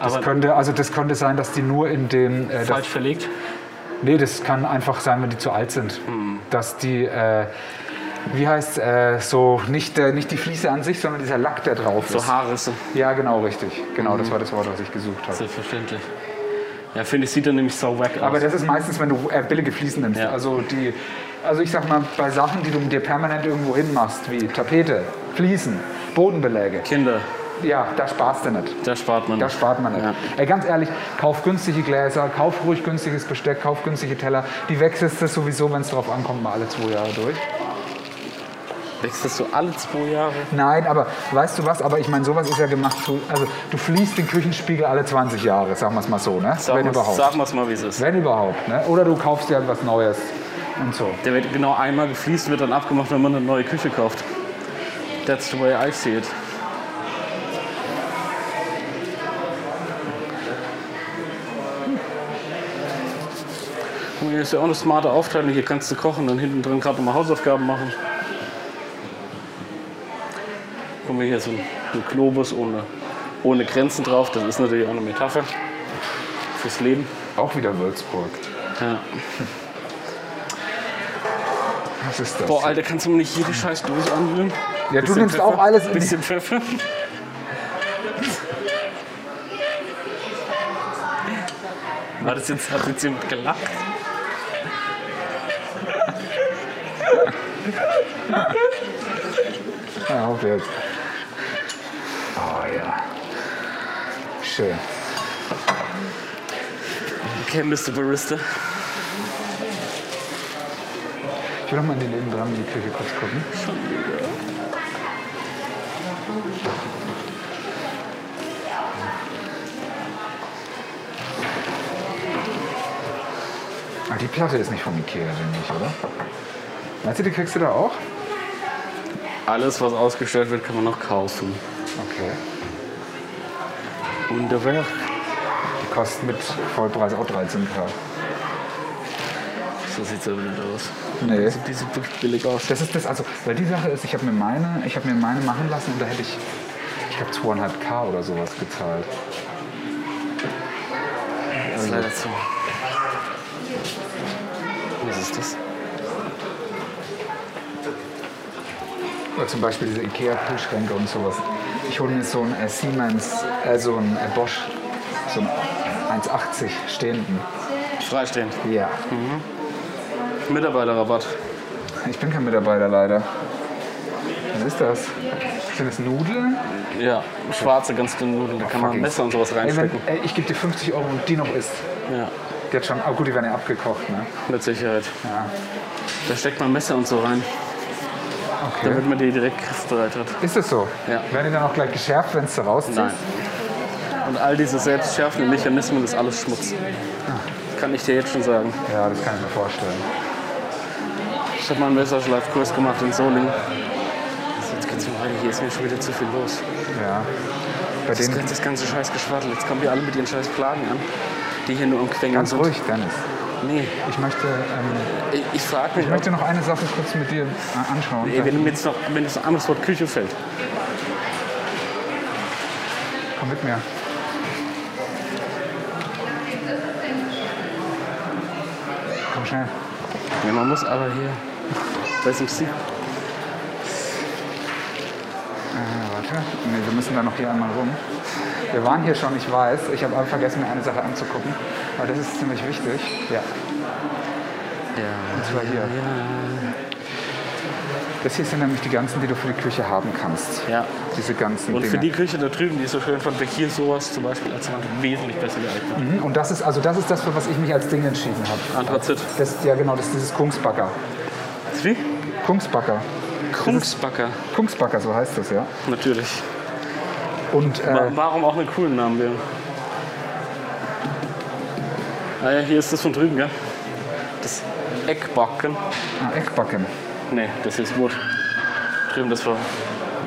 B: das
C: Aber
B: könnte, also das könnte sein, dass die nur in dem, äh, dass
C: falsch verlegt.
B: Nee, das kann einfach sein, wenn die zu alt sind.
C: Hm.
B: Dass die, äh, wie heißt äh, so, nicht, äh, nicht die Fliese an sich, sondern dieser Lack, der drauf
C: So Mhm.
B: ist.
C: Haarrisse.
B: Ja, genau, richtig. Genau, das war das Wort, was ich gesucht habe.
C: Selbstverständlich. Ja, finde ich, sieht dann nämlich so wack aus.
B: Aber das ist meistens, wenn du äh, billige Fliesen nimmst.
C: Ja.
B: Also, die, also ich sag mal, bei Sachen, die du dir permanent irgendwo hinmachst, wie Tapete, Fliesen, Bodenbeläge,
C: Kinder,
B: ja, da sparst du nicht.
C: da spart man.
B: Da spart man nicht.
C: Ja.
B: Ey, ganz ehrlich, kauf günstige Gläser, kauf ruhig günstiges Besteck, kauf günstige Teller. Die wechselst du sowieso, wenn es drauf ankommt, mal alle zwei Jahre durch.
C: Wechselst du alle zwei Jahre?
B: Nein, aber weißt du was? Aber ich meine, sowas ist ja gemacht zu. Also, du fließt den Küchenspiegel alle 20 Jahre, sagen wir es mal so, ne?
C: Sagen
B: Wenn
C: wir's-
B: überhaupt.
C: Sagen wir es mal, wie es ist.
B: Wenn überhaupt, ne? Oder du kaufst dir was Neues und so.
C: Der wird genau einmal gefliest, wird dann abgemacht, wenn man eine neue Küche kauft. That's the way I see it. Guck mal, Hm. Hier ist ja auch eine smarte Aufteilung. Hier kannst du kochen, dann hinten drin gerade nochmal Hausaufgaben machen. Guck mal, hier ist so ein, ein Globus ohne, ohne Grenzen drauf. Das ist natürlich auch eine Metapher fürs Leben.
B: Auch wieder Würzburg.
C: Ja.
B: Was ist Hm. das?
C: Boah, Alter, kannst du mir nicht jede scheiß Dose anrühren?
B: ja, du
C: Bisschen
B: nimmst
C: Pfeffer,
B: auch alles in die.
C: Bisschen Pfeffer. War das jetzt, hat jetzt jemand gelacht?
B: Ja, auf jetzt. Oh ja. Schön.
C: Okay, Mr. Barista.
B: Ich will noch mal in die Leben dran in die Küche kurz gucken. Ah, die Platte ist nicht vom Ikea, denke ich, oder? Meinst du, die kriegst du da auch?
C: Alles, was ausgestellt wird, kann man noch kaufen.
B: Okay.
C: Und der Werk.
B: Die kostet mit Vollpreis auch 13 Grad.
C: Das so sieht so blöd aus.
B: Nee.
C: Also, die sieht wirklich billig aus.
B: Das ist das, also, weil die Sache ist, ich habe mir meine, ich habe mir meine machen lassen und da hätte ich, ich glaube, 2,5K oder sowas gezahlt. Also,
C: Das ist leider zu. Was ist das?
B: Oder zum Beispiel diese Ikea-Kühlschränke und sowas. Ich hole mir so einen äh, Siemens, äh, so einen äh, Bosch, so einen 1,80 stehenden.
C: Freistehend.
B: Ja.
C: Mitarbeiterrabatt.
B: Ich bin kein Mitarbeiter leider. Was ist das? Sind das Nudeln?
C: Ja, schwarze, ganz dünne Nudeln. Da kann man
B: fucking-
C: Messer und sowas
B: Ey, wenn,
C: reinstecken.
B: ey, ich gebe dir 50 Euro und die noch isst.
C: Ja,
B: Die hat schon, aber gut, die werden ja abgekocht, ne?
C: mit Sicherheit.
B: Ja.
C: Da steckt man Messer und so rein,
B: Okay.
C: damit man die direkt griffbereit hat.
B: Ist das so?
C: Ja.
B: Werden die dann auch gleich geschärft, wenn es da rausziehst?
C: Nein. Und all diese selbstschärfenden Mechanismen ist alles Schmutz. Kann ich dir jetzt schon sagen.
B: Ja, das kann ich mir vorstellen.
C: Ich habe mal einen Messerschleifkurs gemacht in Solingen. Also Jetzt geht's mal rein, hier ist mir schon wieder zu viel los.
B: Ja. Bei
C: Das,
B: denen,
C: das ganze scheiß Geschwattel. Jetzt kommen die alle mit ihren scheiß Plagen an, die hier nur am Quengeln
B: ganz
C: sind.
B: ruhig, Dennis.
C: Nee,
B: Ich möchte, ähm,
C: ich, ich frage mich,
B: ich
C: ob,
B: möchte noch eine Sache kurz mit dir äh, anschauen.
C: ey, wenn mir jetzt noch, wenn jetzt ein anderes Wort Küche fällt,
B: Komm mit mir. Komm schnell.
C: Ja, man muss aber hier bei so einem Sieg.
B: Äh, warte. Nee, wir müssen da noch hier einmal rum. Wir waren hier schon, ich weiß. Ich habe aber vergessen, mir eine Sache anzugucken. Aber das ist ziemlich wichtig. Ja.
C: Ja.
B: Und zwar hier. Das hier sind nämlich die ganzen, die du für die Küche haben kannst.
C: Ja.
B: Diese ganzen
C: Und
B: Dinge.
C: für die Küche da drüben, die ist so schön von hier sowas zum Beispiel als Wand wesentlich besser geeignet.
B: Mhm, Und das ist also das ist das, für was ich mich als Ding entschieden habe.
C: Anthrazit.
B: Das, ja genau, das ist dieses Kungsbacker.
C: Wie?
B: Kungsbacker.
C: Kunstbacker.
B: Kungsbacker, so heißt das, ja.
C: Natürlich.
B: Und äh,
C: Wa- Warum auch einen coolen Namen wählen? Ah ja, hier ist das von drüben, gell? Das Eckbacken.
B: ah, Eckbacken.
C: Nee, das hier ist Wood. Drüben, das war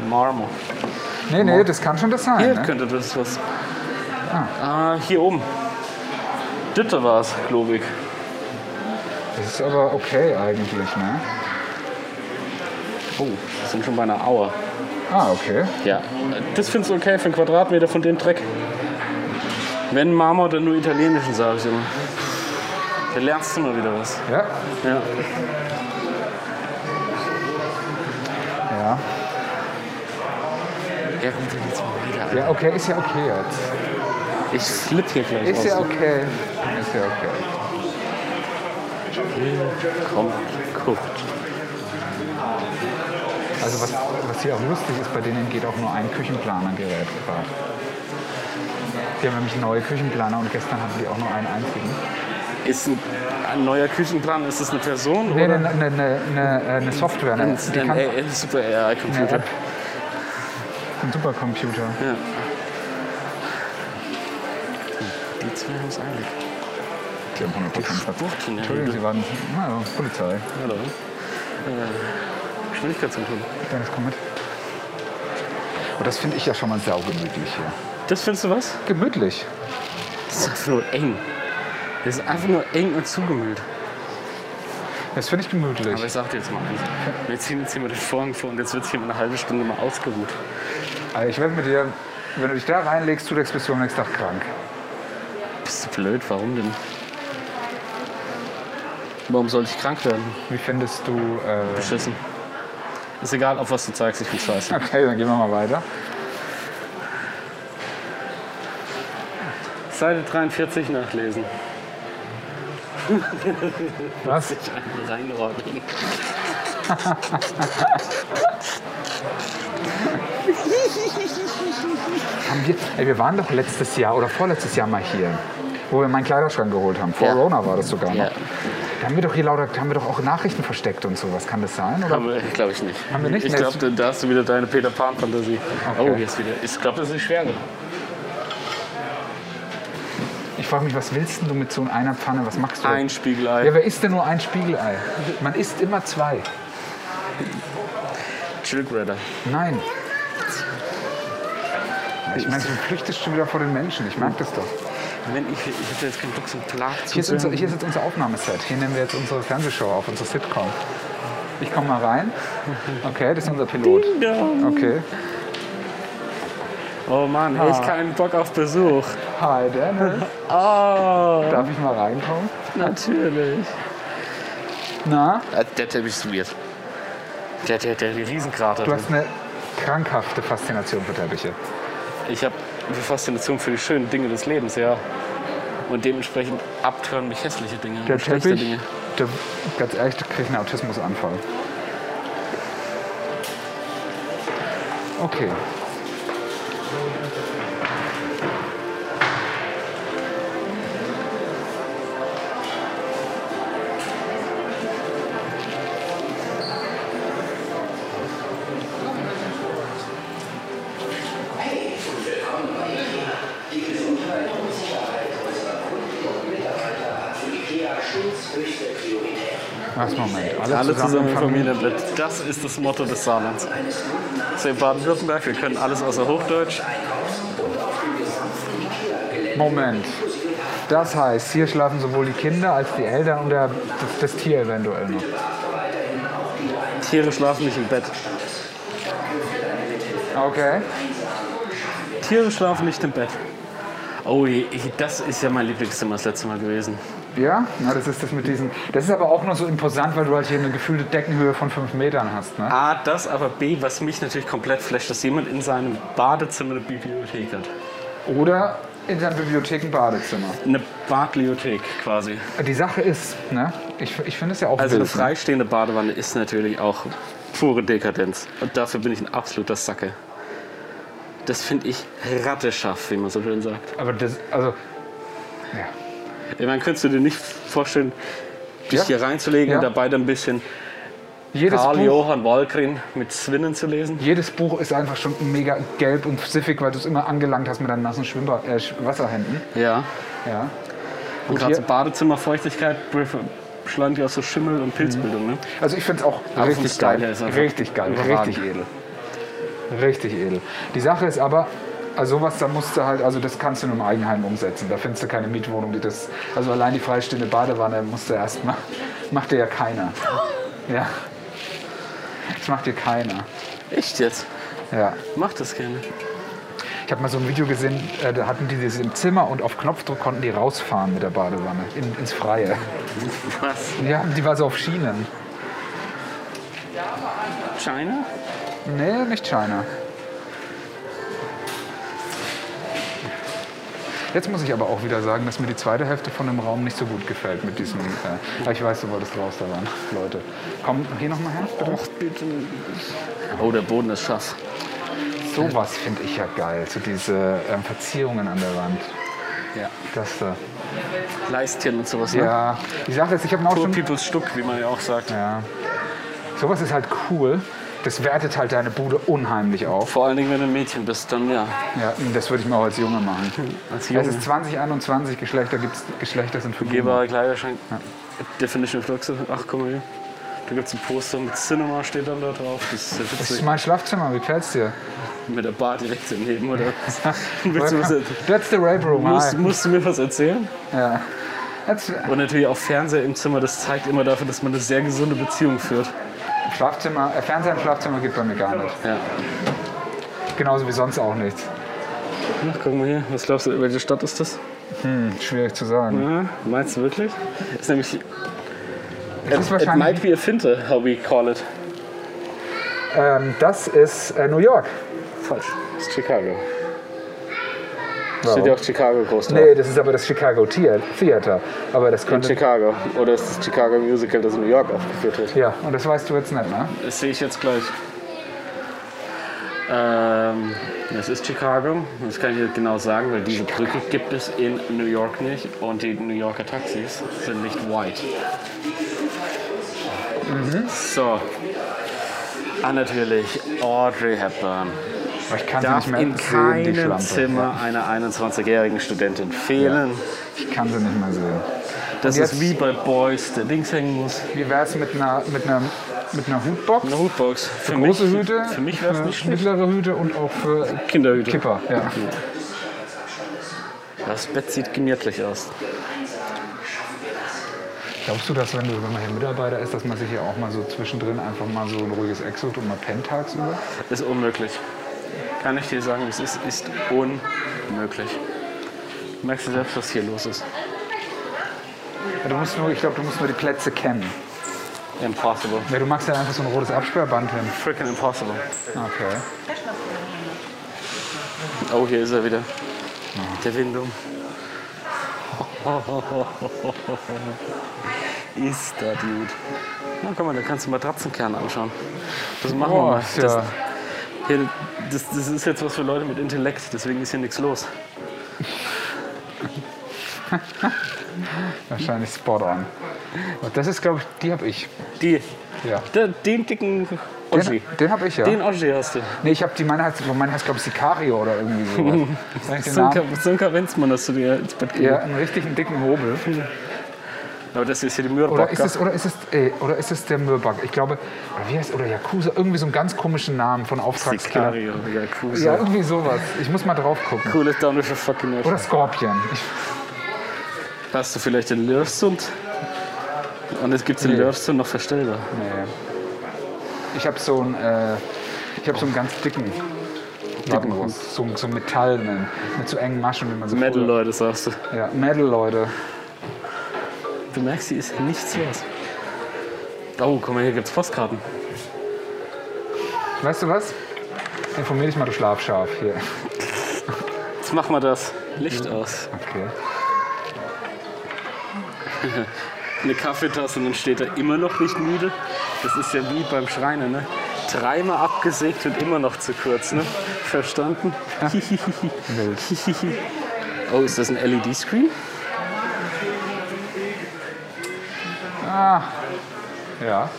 C: Marmor.
B: Nee, nee, das kann schon das sein.
C: Hier
B: ne?
C: könnte das was. Ah, hier oben. Ditte war es, glaube ich.
B: Das ist aber okay eigentlich, ne?
C: Oh, wir sind schon bei einer Auer.
B: Ah, okay.
C: Ja, das findest du okay für einen Quadratmeter von dem Dreck. Wenn Marmor, dann nur italienischen, sag ich immer. Da lernst du mal wieder was.
B: Ja.
C: Ja.
B: Ja.
C: Ja, komm, dann geht's mal wieder. Alter.
B: Ja, okay, ist ja okay jetzt.
C: Ich flipp hier gleich
B: Ist
C: aus.
B: ja okay. Ist ja okay.
C: Komm, guckt.
B: Also was, was hier auch lustig ist, bei denen geht auch nur ein Küchenplanergerät gerade. Die haben nämlich neue Küchenplaner und gestern hatten die auch nur einen einzigen.
C: Ist ein, ein neuer Küchenplan, ist das eine Person?
B: Nee,
C: oder?
B: eine, eine, eine, äh, eine Software, eine,
C: Ein,
B: die
C: ein,
B: kann, eine
C: AI super AI-Computer.
B: App. Ein Supercomputer.
C: Ja. Die zwei haben es eigentlich.
B: Die haben 100%
C: Wucht in der
B: Entschuldigung, Sie waren. Na, Polizei.
C: Hallo. Äh, Geschwindigkeitskontrolle.
B: Dennis, komm mit. Und das finde ich ja schon mal saugemütlich hier.
C: Das findest du was?
B: Gemütlich?
C: Das ist einfach nur eng. Das ist einfach nur eng und zugemüllt.
B: Das finde ich gemütlich.
C: Aber ich sag dir jetzt mal eins. Wir ziehen jetzt hier mal den Vorhang vor und jetzt wird hier mal eine halbe Stunde mal ausgeruht.
B: Also ich werde mit dir, wenn du dich da reinlegst, du bist du am nächsten Tag krank.
C: Bist du blöd? Warum denn? Warum soll ich krank werden?
B: Wie findest du. Äh,
C: Beschissen. Ist egal, auf was du zeigst, ich bin scheiße.
B: okay, dann gehen wir mal weiter.
C: Seite 43 nachlesen.
B: Was?
C: Einen Reinordnen.
B: Haben wir, ey, wir waren doch letztes Jahr oder vorletztes Jahr mal hier, wo wir meinen Kleiderschrank geholt haben. Vor
C: Ja.
B: Corona war das sogar noch.
C: Ja.
B: Da haben wir doch hier lauter, haben wir doch auch Nachrichten versteckt und sowas. Kann das sein? Oder?
C: Glaube ich nicht.
B: Haben wir nicht?
C: Ich
B: Nee.
C: glaube, da hast du wieder deine Peter Pan-Fantasie.
B: Okay.
C: Oh, jetzt wieder. Ich glaube, das ist schwer.
B: Ich frage mich, was willst denn du mit so einer Pfanne? Was machst du?
C: Ein Spiegelei.
B: Ja, wer isst denn nur ein Spiegelei? Man isst immer zwei.
C: Childredder.
B: Nein. Ich meine, du flüchtest schon wieder vor den Menschen. Ich merke das doch.
C: Wenn ich, ich hätte jetzt keinen Bock zum Plag zu
B: Hier ist, unser, hier ist jetzt unser Aufnahmeset. Hier nehmen wir jetzt unsere Fernsehshow auf, unsere Sitcom. Ich komme mal rein. Okay, das ist unser Pilot. Okay.
C: Oh Mann,
B: Ah.
C: hab ich keinen Bock auf Besuch.
B: Hi Dennis.
C: Oh,
B: Darf ich mal reinkommen?
C: natürlich.
B: Na,
C: Äh, Der Teppich ist weird. Der, der, der, der Riesenkrater.
B: du hast eine krankhafte Faszination für Teppiche.
C: Ich habe eine Faszination für die schönen Dinge des Lebens, ja. Und dementsprechend abtören mich hässliche Dinge.
B: Der
C: und schlechte
B: Teppich,
C: Dinge.
B: der, ganz ehrlich, da krieg ich einen Autismusanfall. Okay. Was Moment, alle,
C: Alle zusammen im
B: Familie.
C: Familienbett. Das ist das Motto des Saarlands. So in Baden-Württemberg, wir können alles außer Hochdeutsch.
B: Moment. Das heißt, hier schlafen sowohl die Kinder als die Eltern und der, das, das Tier eventuell noch.
C: Tiere schlafen nicht im Bett.
B: Okay.
C: Tiere schlafen nicht im Bett. Oh, je, ich- das ist ja mein Lieblingszimmer das letzte Mal gewesen.
B: Ja, na, das ist das mit diesen. Das ist aber auch noch so imposant, weil du halt hier eine gefühlte Deckenhöhe von 5 Metern hast. Ne?
C: A, das, aber B, was mich natürlich komplett flasht, dass jemand in seinem Badezimmer eine Bibliothek hat.
B: Oder in deiner Bibliothek ein Badezimmer.
C: Eine Badliothek quasi.
B: Die Sache ist, ne, ich, ich finde es ja auch
C: Also eine
B: wild, ne?
C: freistehende Badewanne ist natürlich auch pure Dekadenz. Und dafür bin ich ein absoluter Sacke. Das finde ich rattescharf, wie man so schön sagt.
B: Aber das, also, ja.
C: Ich meine, könntest du dir nicht vorstellen, dich
B: Ja.
C: hier reinzulegen
B: Ja.
C: und dabei dann ein bisschen
B: Jedes
C: Karl
B: Buch,
C: Johann Walgren mit Zwinnen zu lesen?
B: jedes Buch ist einfach schon mega gelb und siffig, weil du es immer angelangt hast mit deinen nassen Schwimmbad, äh, Sch- Wasserhänden.
C: Ja.
B: Ja.
C: Und gerade
B: hier-
C: so Badezimmerfeuchtigkeit schlant ja auch so Schimmel und Pilzbildung. Ne?
B: Also ich finde es auch
C: Aber vom
B: richtig
C: Style
B: geil.
C: her ist es einfach
B: Richtig geil.
C: überragend.
B: Richtig edel. Richtig edel. Die Sache ist aber, also sowas, da musst du halt, also das kannst du nur im Eigenheim umsetzen. Da findest du keine Mietwohnung, die das. Also allein die freistehende Badewanne musst du erstmal. [laughs] Macht dir ja keiner. Ja. Das macht dir keiner.
C: Echt jetzt?
B: Ja.
C: Mach das gerne.
B: Ich habe mal so ein Video gesehen, äh, da hatten die das im Zimmer und auf Knopfdruck konnten die rausfahren mit der Badewanne in, ins Freie.
C: Was?
B: Ja, die war so auf Schienen.
C: China?
B: Nee, nicht China. Jetzt muss ich aber auch wieder sagen, dass mir die zweite Hälfte von dem Raum nicht so gut gefällt mit diesem. Äh, ich weiß, du wolltest raus da waren, Leute. Komm hier nochmal her. Bitte.
C: Oh, der Boden ist scharf.
B: Sowas finde ich ja geil. So diese ähm, Verzierungen an der Wand.
C: Ja.
B: Das da.
C: Leistchen und sowas. Ne?
B: Ja. Die Sache ist, ich habe auch
C: Poor
B: schon.
C: People's Stuck, wie man ja auch sagt.
B: Ja. Sowas ist halt cool. Das wertet halt deine Bude unheimlich auf.
C: Vor allen Dingen, wenn du ein Mädchen bist, dann ja.
B: Ja, das würde ich mir auch als Junge machen.
C: Als
B: Es
C: Junge.
B: ist 2021, Geschlechter gibt's, Geschlechter sind für
C: Geber, Kleiderschrank, Definition of Luxe. Ach, guck mal hier. Da gibt es ein Poster mit Cinema, steht dann da drauf. Das ist ja
B: Das ist
C: witzig.
B: mein Schlafzimmer, wie gefällt's dir?
C: Mit der Bar direkt daneben, [laughs] oder? Willst du was erzählen?
B: That's the rape room.
C: Musst,
B: Hi.
C: musst du mir was erzählen?
B: Ja. That's,
C: Und natürlich auch Fernseher im Zimmer, das zeigt immer dafür, dass man eine sehr gesunde Beziehung führt.
B: Schlafzimmer, äh, Fernseher im Schlafzimmer gibt bei mir gar nicht.
C: Ja.
B: Genauso wie sonst auch nichts.
C: Ach, guck mal hier, was glaubst du, welche Stadt ist das?
B: Hm, schwierig zu sagen.
C: Ja, meinst du wirklich? Ist nämlich,
B: Das ist
C: it might
B: wahrscheinlich.
C: be a Finte, how we call it.
B: Ähm, das ist äh, New York.
C: Falsch. Das ist Chicago.
B: Warum?
C: Steht ja auch Chicago groß drauf.
B: Nee, das ist aber das Chicago Thea- Theater. Aber das
C: In
B: könnte.
C: Chicago. Oder ist das Chicago Musical, das in New York aufgeführt wird?
B: Ja, und das weißt du jetzt nicht, ne?
C: Das sehe ich jetzt gleich. Ähm, das ist Chicago. Das kann ich dir genau sagen, weil diese Brücke gibt es in New York nicht. Und die New Yorker Taxis sind nicht white. Mhm. So. Ah, natürlich. Audrey Hepburn
B: Aber ich kann sie
C: darf
B: nicht mehr
C: in
B: sehen, die
C: keinem
B: Schlampe.
C: Zimmer einer 21-jährigen Studentin fehlen.
B: Ich kann sie nicht mehr sehen.
C: Das
B: Und jetzt-
C: ist wie bei Boys, der links hängen muss.
B: Wie wär's mit einer, mit einer, mit einer Hutbox?
C: Eine Hutbox. Für
B: Große
C: mich,
B: Hüte,
C: Für mich wäre es nicht schlecht.
B: mittlere Hüte und auch für
C: Kinderhüte.
B: Kipper. Ja.
C: Das Bett sieht gemütlich aus.
B: Glaubst du, dass wenn, du, wenn man hier Mitarbeiter ist, dass man sich hier auch mal so zwischendrin einfach mal so ein ruhiges Exot und mal pennt tagsüber?
C: Ist unmöglich. Kann ich dir sagen, es ist, ist unmöglich. Merkst du selbst, was hier los ist?
B: Ja, du musst nur, ich glaube, du musst nur die Plätze kennen.
C: Impossible.
B: Ja, du machst ja einfach so ein rotes Absperrband hin.
C: Freaking impossible.
B: Okay.
C: Oh, hier ist er wieder. Der Windum. [laughs] ist da, Dude. Na, guck mal, da kannst du Matratzenkerne anschauen. Das machen wir
B: Boah,
C: mal. Oh, Das,
B: Oh, ja.
C: hier, das, das ist jetzt was für Leute mit Intellekt, deswegen ist hier nichts los.
B: Wahrscheinlich spot on. Und das ist, glaube ich, die habe ich.
C: Die,
B: Ja.
C: der, den dicken Oschi.
B: Den, den habe ich ja.
C: Den Oschi hast du.
B: Nee, ich habe die, meine heißt, meine heißt glaube ich, Sicario oder
C: [laughs]
B: irgendwie sowas. Sag ich den
C: So ein,
B: Namen?
C: Ka- so ein Kavenzmann hast du dir ins Bett
B: Ja,
C: gelegt.
B: einen richtigen dicken Hobel.
C: Aber das ist hier die
B: Oder ist
C: Mürbocker.
B: es, oder ist es, ey, oder ist es der Mürbag? Ich glaube, oder wie heißt, oder Yakuza, irgendwie so einen ganz komischen Namen von Auftragskiller.
C: Sicario, Yakuza.
B: Ja, irgendwie sowas. Ich muss mal drauf gucken.
C: Cooles dänische fucking Nerd.
B: Oder Scorpion. Ich,
C: Hast du vielleicht den Lörsund? Und es gibt den
B: Nee.
C: Lörsund noch verstellbar.
B: nee. Ich habe so einen, äh, ich habe so einen ganz dicken. Dicken so, so Metall ne? mit so engen Maschen, wie man so
C: Metal,
B: früher-
C: Leute, sagst du.
B: Ja, Metal, Leute.
C: Du merkst, hier ist nichts los. Oh, guck mal, hier gibt's Postkarten.
B: Weißt du was? Informier dich mal, du Schlafschaf hier.
C: Jetzt machen wir das. Licht aus.
B: Okay.
C: Eine Kaffeetasse und dann steht er immer noch nicht müde. Das ist ja wie beim Schreiner, ne? Dreimal abgesägt und immer noch zu kurz, ne? Verstanden?
B: Wild.
C: [laughs] oh, ist das ein LED-Screen?
B: Ja.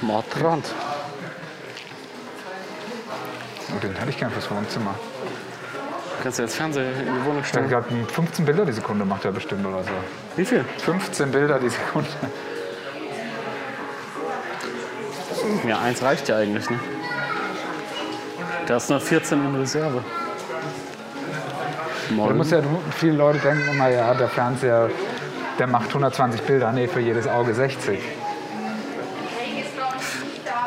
C: Mordrand.
B: Und Oh, den hatte ich gern fürs Wohnzimmer.
C: Kannst du jetzt Fernseher in die Wohnung
B: Der
C: stellen?
B: hat 15 Bilder die Sekunde macht er bestimmt oder so.
C: Wie viel?
B: 15 Bilder die Sekunde.
C: Ja, eins reicht ja eigentlich, ne? Da hast du noch 14 in Reserve.
B: Du
C: Morgen.
B: musst ja, du- viele Leute denken immer, ja, der Fernseher, der macht 120 Bilder. Nee, für jedes Auge 60.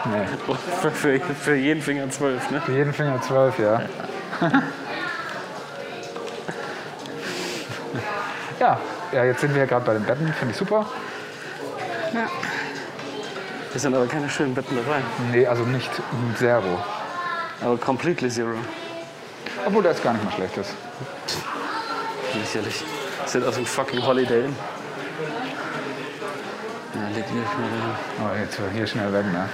B: Nee,
C: [laughs] für, für, für jeden Finger 12, ne?
B: für jeden Finger 12, ja. ja. Ja, jetzt sind wir ja gerade bei den Betten, finde ich super.
C: Es sind aber keine schönen Betten dabei.
B: Nee, also nicht ein Zero.
C: Aber completely zero.
B: Obwohl, der ist gar nicht mal schlecht. Ist.
C: Lächerlich. Sind aus dem fucking Holiday Inn. Ja, leg mich mal dahin.
B: Aber Oh, jetzt hier schnell weg, ne?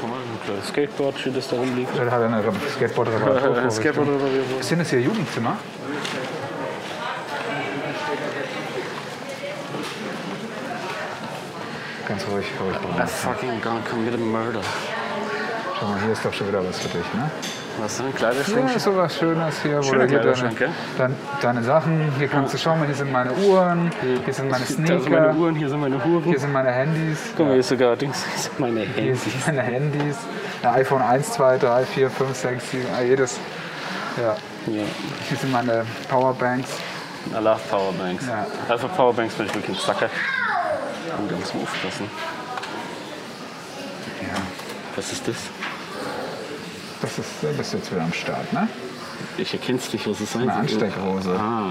C: Guck mal, ein kleines Skateboard, steht das da rumliegt.
B: Da hat er eine Re- [laughs] Skateboard-Reparatur.
C: Skateboard oder wie?
B: Sind das hier Jugendzimmer? Ganz ruhig, ruhig,
C: I
B: ruhig.
C: Ah, fucking gone committed murder.
B: Schau mal, hier ist doch schon wieder was für dich, ne?
C: Was denn? Kleiderschrank?
B: Ja, ist sowas Schönes hier. Wo
C: Schöner
B: du hier
C: Kleiderschrank,
B: deine, dein, deine Sachen, hier kannst du schauen, hier sind meine Uhren, hier sind meine
C: Hm. Da sind meine
B: Sneaker,
C: Uhren, hier sind meine Huren.
B: hier sind meine Handys.
C: Guck mal, hier ist sogar Dings. Hier sind meine
B: Hier
C: Handys.
B: sind meine Handys. Ein iPhone 1, 2, 3, 4, 5, 6, 7, ah, jedes. Ja.
C: Ja.
B: Hier sind meine Powerbanks.
C: I love Powerbanks.
B: Ja.
C: Also Powerbanks bin ich wirklich ein Zacker. Oh, da muss man aufpassen.
B: Ja,
C: Was ist das?
B: das ist, da bist du jetzt wieder am Start, ne?
C: Ich erkenn's nicht, was es sein
B: Eine Ansteckrose.
C: Ah.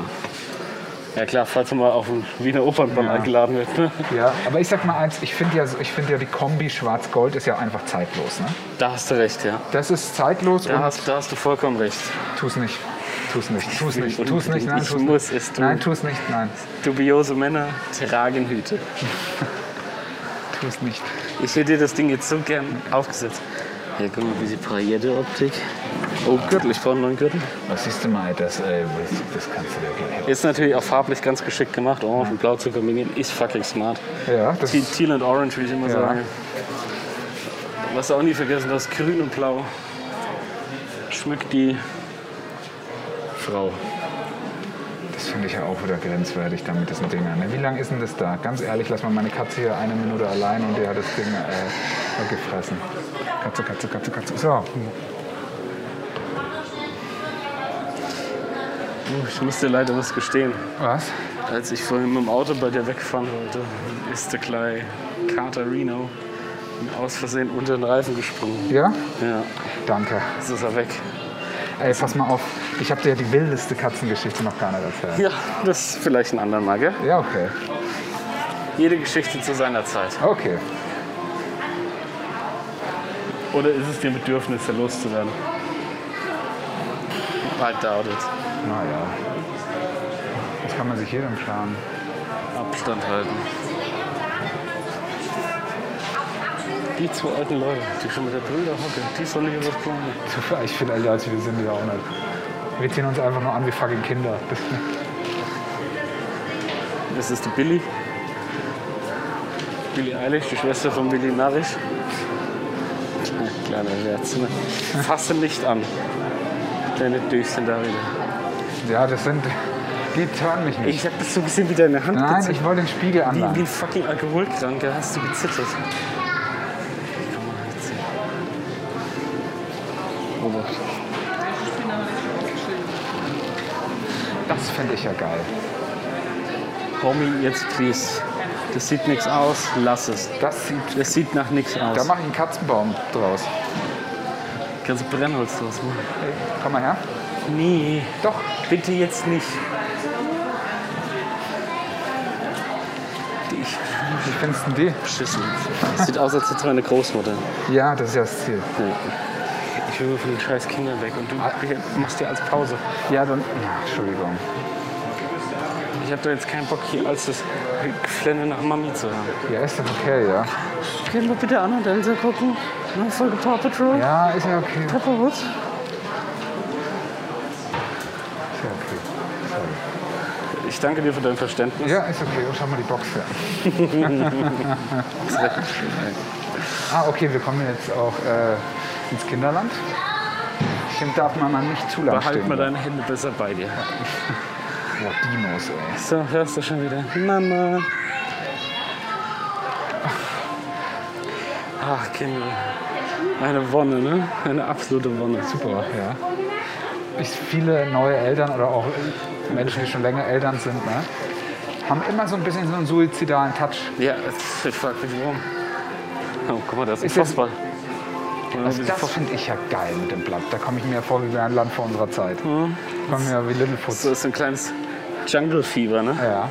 C: Ja klar, falls du mal auf den Wiener Opernball eingeladen wird. Ne?
B: Ja, aber ich sag mal eins, ich finde ja, so- ich finde ja die Kombi Schwarz-Gold ist ja einfach zeitlos, ne?
C: Da hast du recht, ja.
B: Das ist zeitlos
C: Da
B: und
C: hast, da hast du vollkommen recht.
B: tu's nicht. Tu's nicht,
C: [laughs]
B: tu's nicht, tu's nicht, nein,
C: Ich
B: tu's
C: muss
B: nicht.
C: es tun.
B: Nein, tu's nicht, nein,
C: Dubiose Männer tragen Hüte.
B: tu's nicht.
C: Ich hätte dir das Ding jetzt so gern aufgesetzt. Ja, guck mal, diese Paillette-Optik. Oh, Gürtel, ich brauche einen neuen Gürtel.
B: Was siehst du mal, das, äh, das, kannst du dir gleich.
C: Ist natürlich auch farblich ganz geschickt gemacht. Orange und Blau zu kombinieren ist fucking smart.
B: Ja, das
C: Te-
B: ist,
C: Teal und Orange, wie ich immer
B: Ja.
C: sage. Was du auch nie vergessen darfst, Grün und Blau schmückt die Frau.
B: das finde ich ja auch wieder grenzwertig dann mit diesen Dingern. Ne? Wie lang ist denn das da? Ganz ehrlich, lass mal meine Katze hier eine Minute allein und die hat das Ding äh, gefressen. Katze, Katze, Katze, Katze. So,
C: Ich muss dir leider was gestehen.
B: Was?
C: Als ich vorhin mit dem Auto bei dir wegfahren wollte, ist der kleine Katerino mir aus Versehen unter den Reifen gesprungen.
B: Ja?
C: Ja,
B: Danke.
C: jetzt ist er weg.
B: Ey, pass mal auf. Ich habe dir ja die wildeste Katzengeschichte noch gar nicht erzählt.
C: Ja, das ist vielleicht ein anderer Mal, gell?
B: Ja, okay.
C: Jede Geschichte zu seiner Zeit.
B: Okay.
C: Oder ist es dir Bedürfnis, da loszuwerden? Halt I doubt it.
B: Naja. Das kann man sich jedem sparen. [laughs]
C: Abstand halten. Die zwei alten Leute, die schon mit der Brille hocken, die sollen hier was planen.
B: Zufällig viele Leute, wir sind ja auch nicht. Wir ziehen uns einfach nur an wie fucking Kinder. Das,
C: Das ist die Billy. Billy Eilish, die Schwester von Billy Narrisch. Kleiner Scherz, ne? Fasse nicht an. Kleine Döschen da wieder.
B: ja, das sind. Die turnen mich nicht.
C: Ich hab das so ein bisschen wieder in der Hand
B: Nein,
C: gezogen.
B: ich wollte den Spiegel
C: Wie, wie
B: anlangen.
C: ein fucking Alkoholkranker hast du gezittert. Komm mal, jetzt hier. Robert.
B: Das fände ich ja geil.
C: Homie, jetzt please. Das sieht nichts aus, lass es.
B: Das sieht.
C: Das sieht nach nichts
B: Da
C: aus.
B: mache ich einen Katzenbaum draus.
C: Kannst du Brennholz draus machen?
B: Ey, komm mal her.
C: Nee,
B: Doch.
C: bitte jetzt nicht. Ich
B: Wie findest du die?
C: beschissen. Sieht aus, als hätte meine Großmutter.
B: Ja, das ist ja das Ziel.
C: Ich will von den scheiß Kindern weg und
B: Ah.
C: du machst dir als Pause.
B: Ja, dann. Ja, Entschuldigung.
C: Ich habe da jetzt keinen Bock, hier als das Geflände nach Mami zu hören.
B: Ja, ist doch okay, ja.
C: Können wir bitte Anna und Elsa gucken? Neue Folge Paw Patrol?
B: Ja, ist ja okay. Ist
C: Pepperwood?
B: ja okay. Sorry.
C: Ich danke dir für dein Verständnis.
B: Ja, ist okay. Oh, Schau mal die Box
C: [laughs]
B: her. Ah, okay, wir kommen jetzt auch äh, ins Kinderland. Stimmt, darf man mal nicht zu lang
C: Behalt
B: stehen.
C: mal deine Hände besser bei dir.
B: Boah, Dinos, ey.
C: So, hörst du schon wieder. Mama. Ach, Kinder. Eine Wonne, ne? Eine absolute Wonne.
B: Super, ja. Ich, viele neue Eltern oder auch Menschen, die schon länger Eltern sind, ne, haben immer so ein bisschen so einen suizidalen Touch.
C: Ja, ich frag mich warum. Oh, guck mal, da ist ein
B: Ist das-
C: Fußball.
B: Also das finde ich ja geil mit dem Blatt. Da komme ich mir vor, wie wir ein Land vor unserer Zeit. Mhm. Komme mir wie
C: So
B: Littlefoot.
C: ist Hm. so ein kleines Jungle-Fieber, ne?
B: Ja.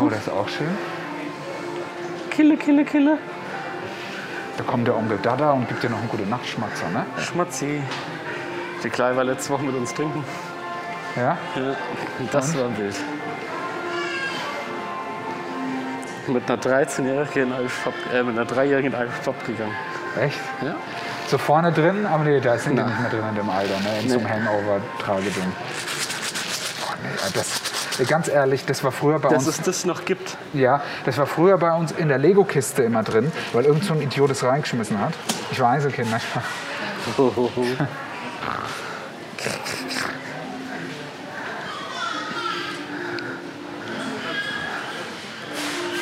B: Oh, das ist auch schön.
C: Kille, kille, kille.
B: Da kommt der Onkel Dada und gibt dir noch einen gute Nachtschmatzer, ne?
C: Schmatzi. Die Klei war letzte Woche mit uns trinken.
B: Ja?
C: Ja, das war ein Bild. Mit einer 13-jährigen Alf Pop- äh, mit einer 3-jährigen Alf Pop gegangen.
B: Echt?
C: Ja.
B: So vorne drin, aber nee, da sind die nicht mehr drin in dem Alter, ne? In so einem
C: Nee.
B: Hangover-Trageding. Oh, nee, das, ey, ganz ehrlich, das war früher bei
C: Dass
B: uns.
C: es das noch gibt.
B: Ja, das war früher bei uns in der Lego-Kiste immer drin, weil irgend so ein Idiot es reingeschmissen hat. Ich war Einzelkind, ne?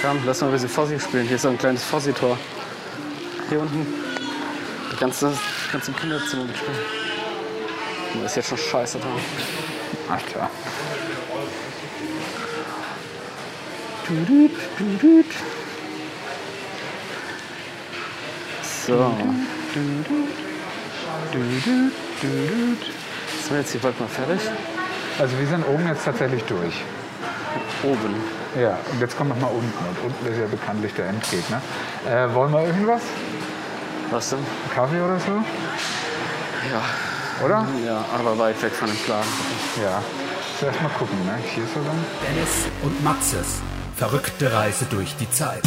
C: Komm, lass mal ein bisschen Fossi spielen. Hier ist so ein kleines Fossi-Tor. Hier unten. Du kannst das kannst im Kinderzimmer mitspielen. Da ist jetzt schon scheiße dran.
B: Alter.
C: Tudüt, tudüt. So,
B: Düdüt, düdüt.
C: sind wir jetzt hier bald mal fertig?
B: Also wir sind oben jetzt tatsächlich durch.
C: Oben.
B: Ja, und jetzt kommt noch mal unten. Und unten ist ja bekanntlich der Endgegner. Äh, wollen wir irgendwas?
C: Was denn?
B: Einen Kaffee oder so?
C: Ja.
B: Oder?
C: Ja, aber weit weg von dem Plan.
B: Ja. So, erst mal gucken, ne? Hier ist er dann.
A: Dennis und Maxes verrückte Reise durch die Zeit.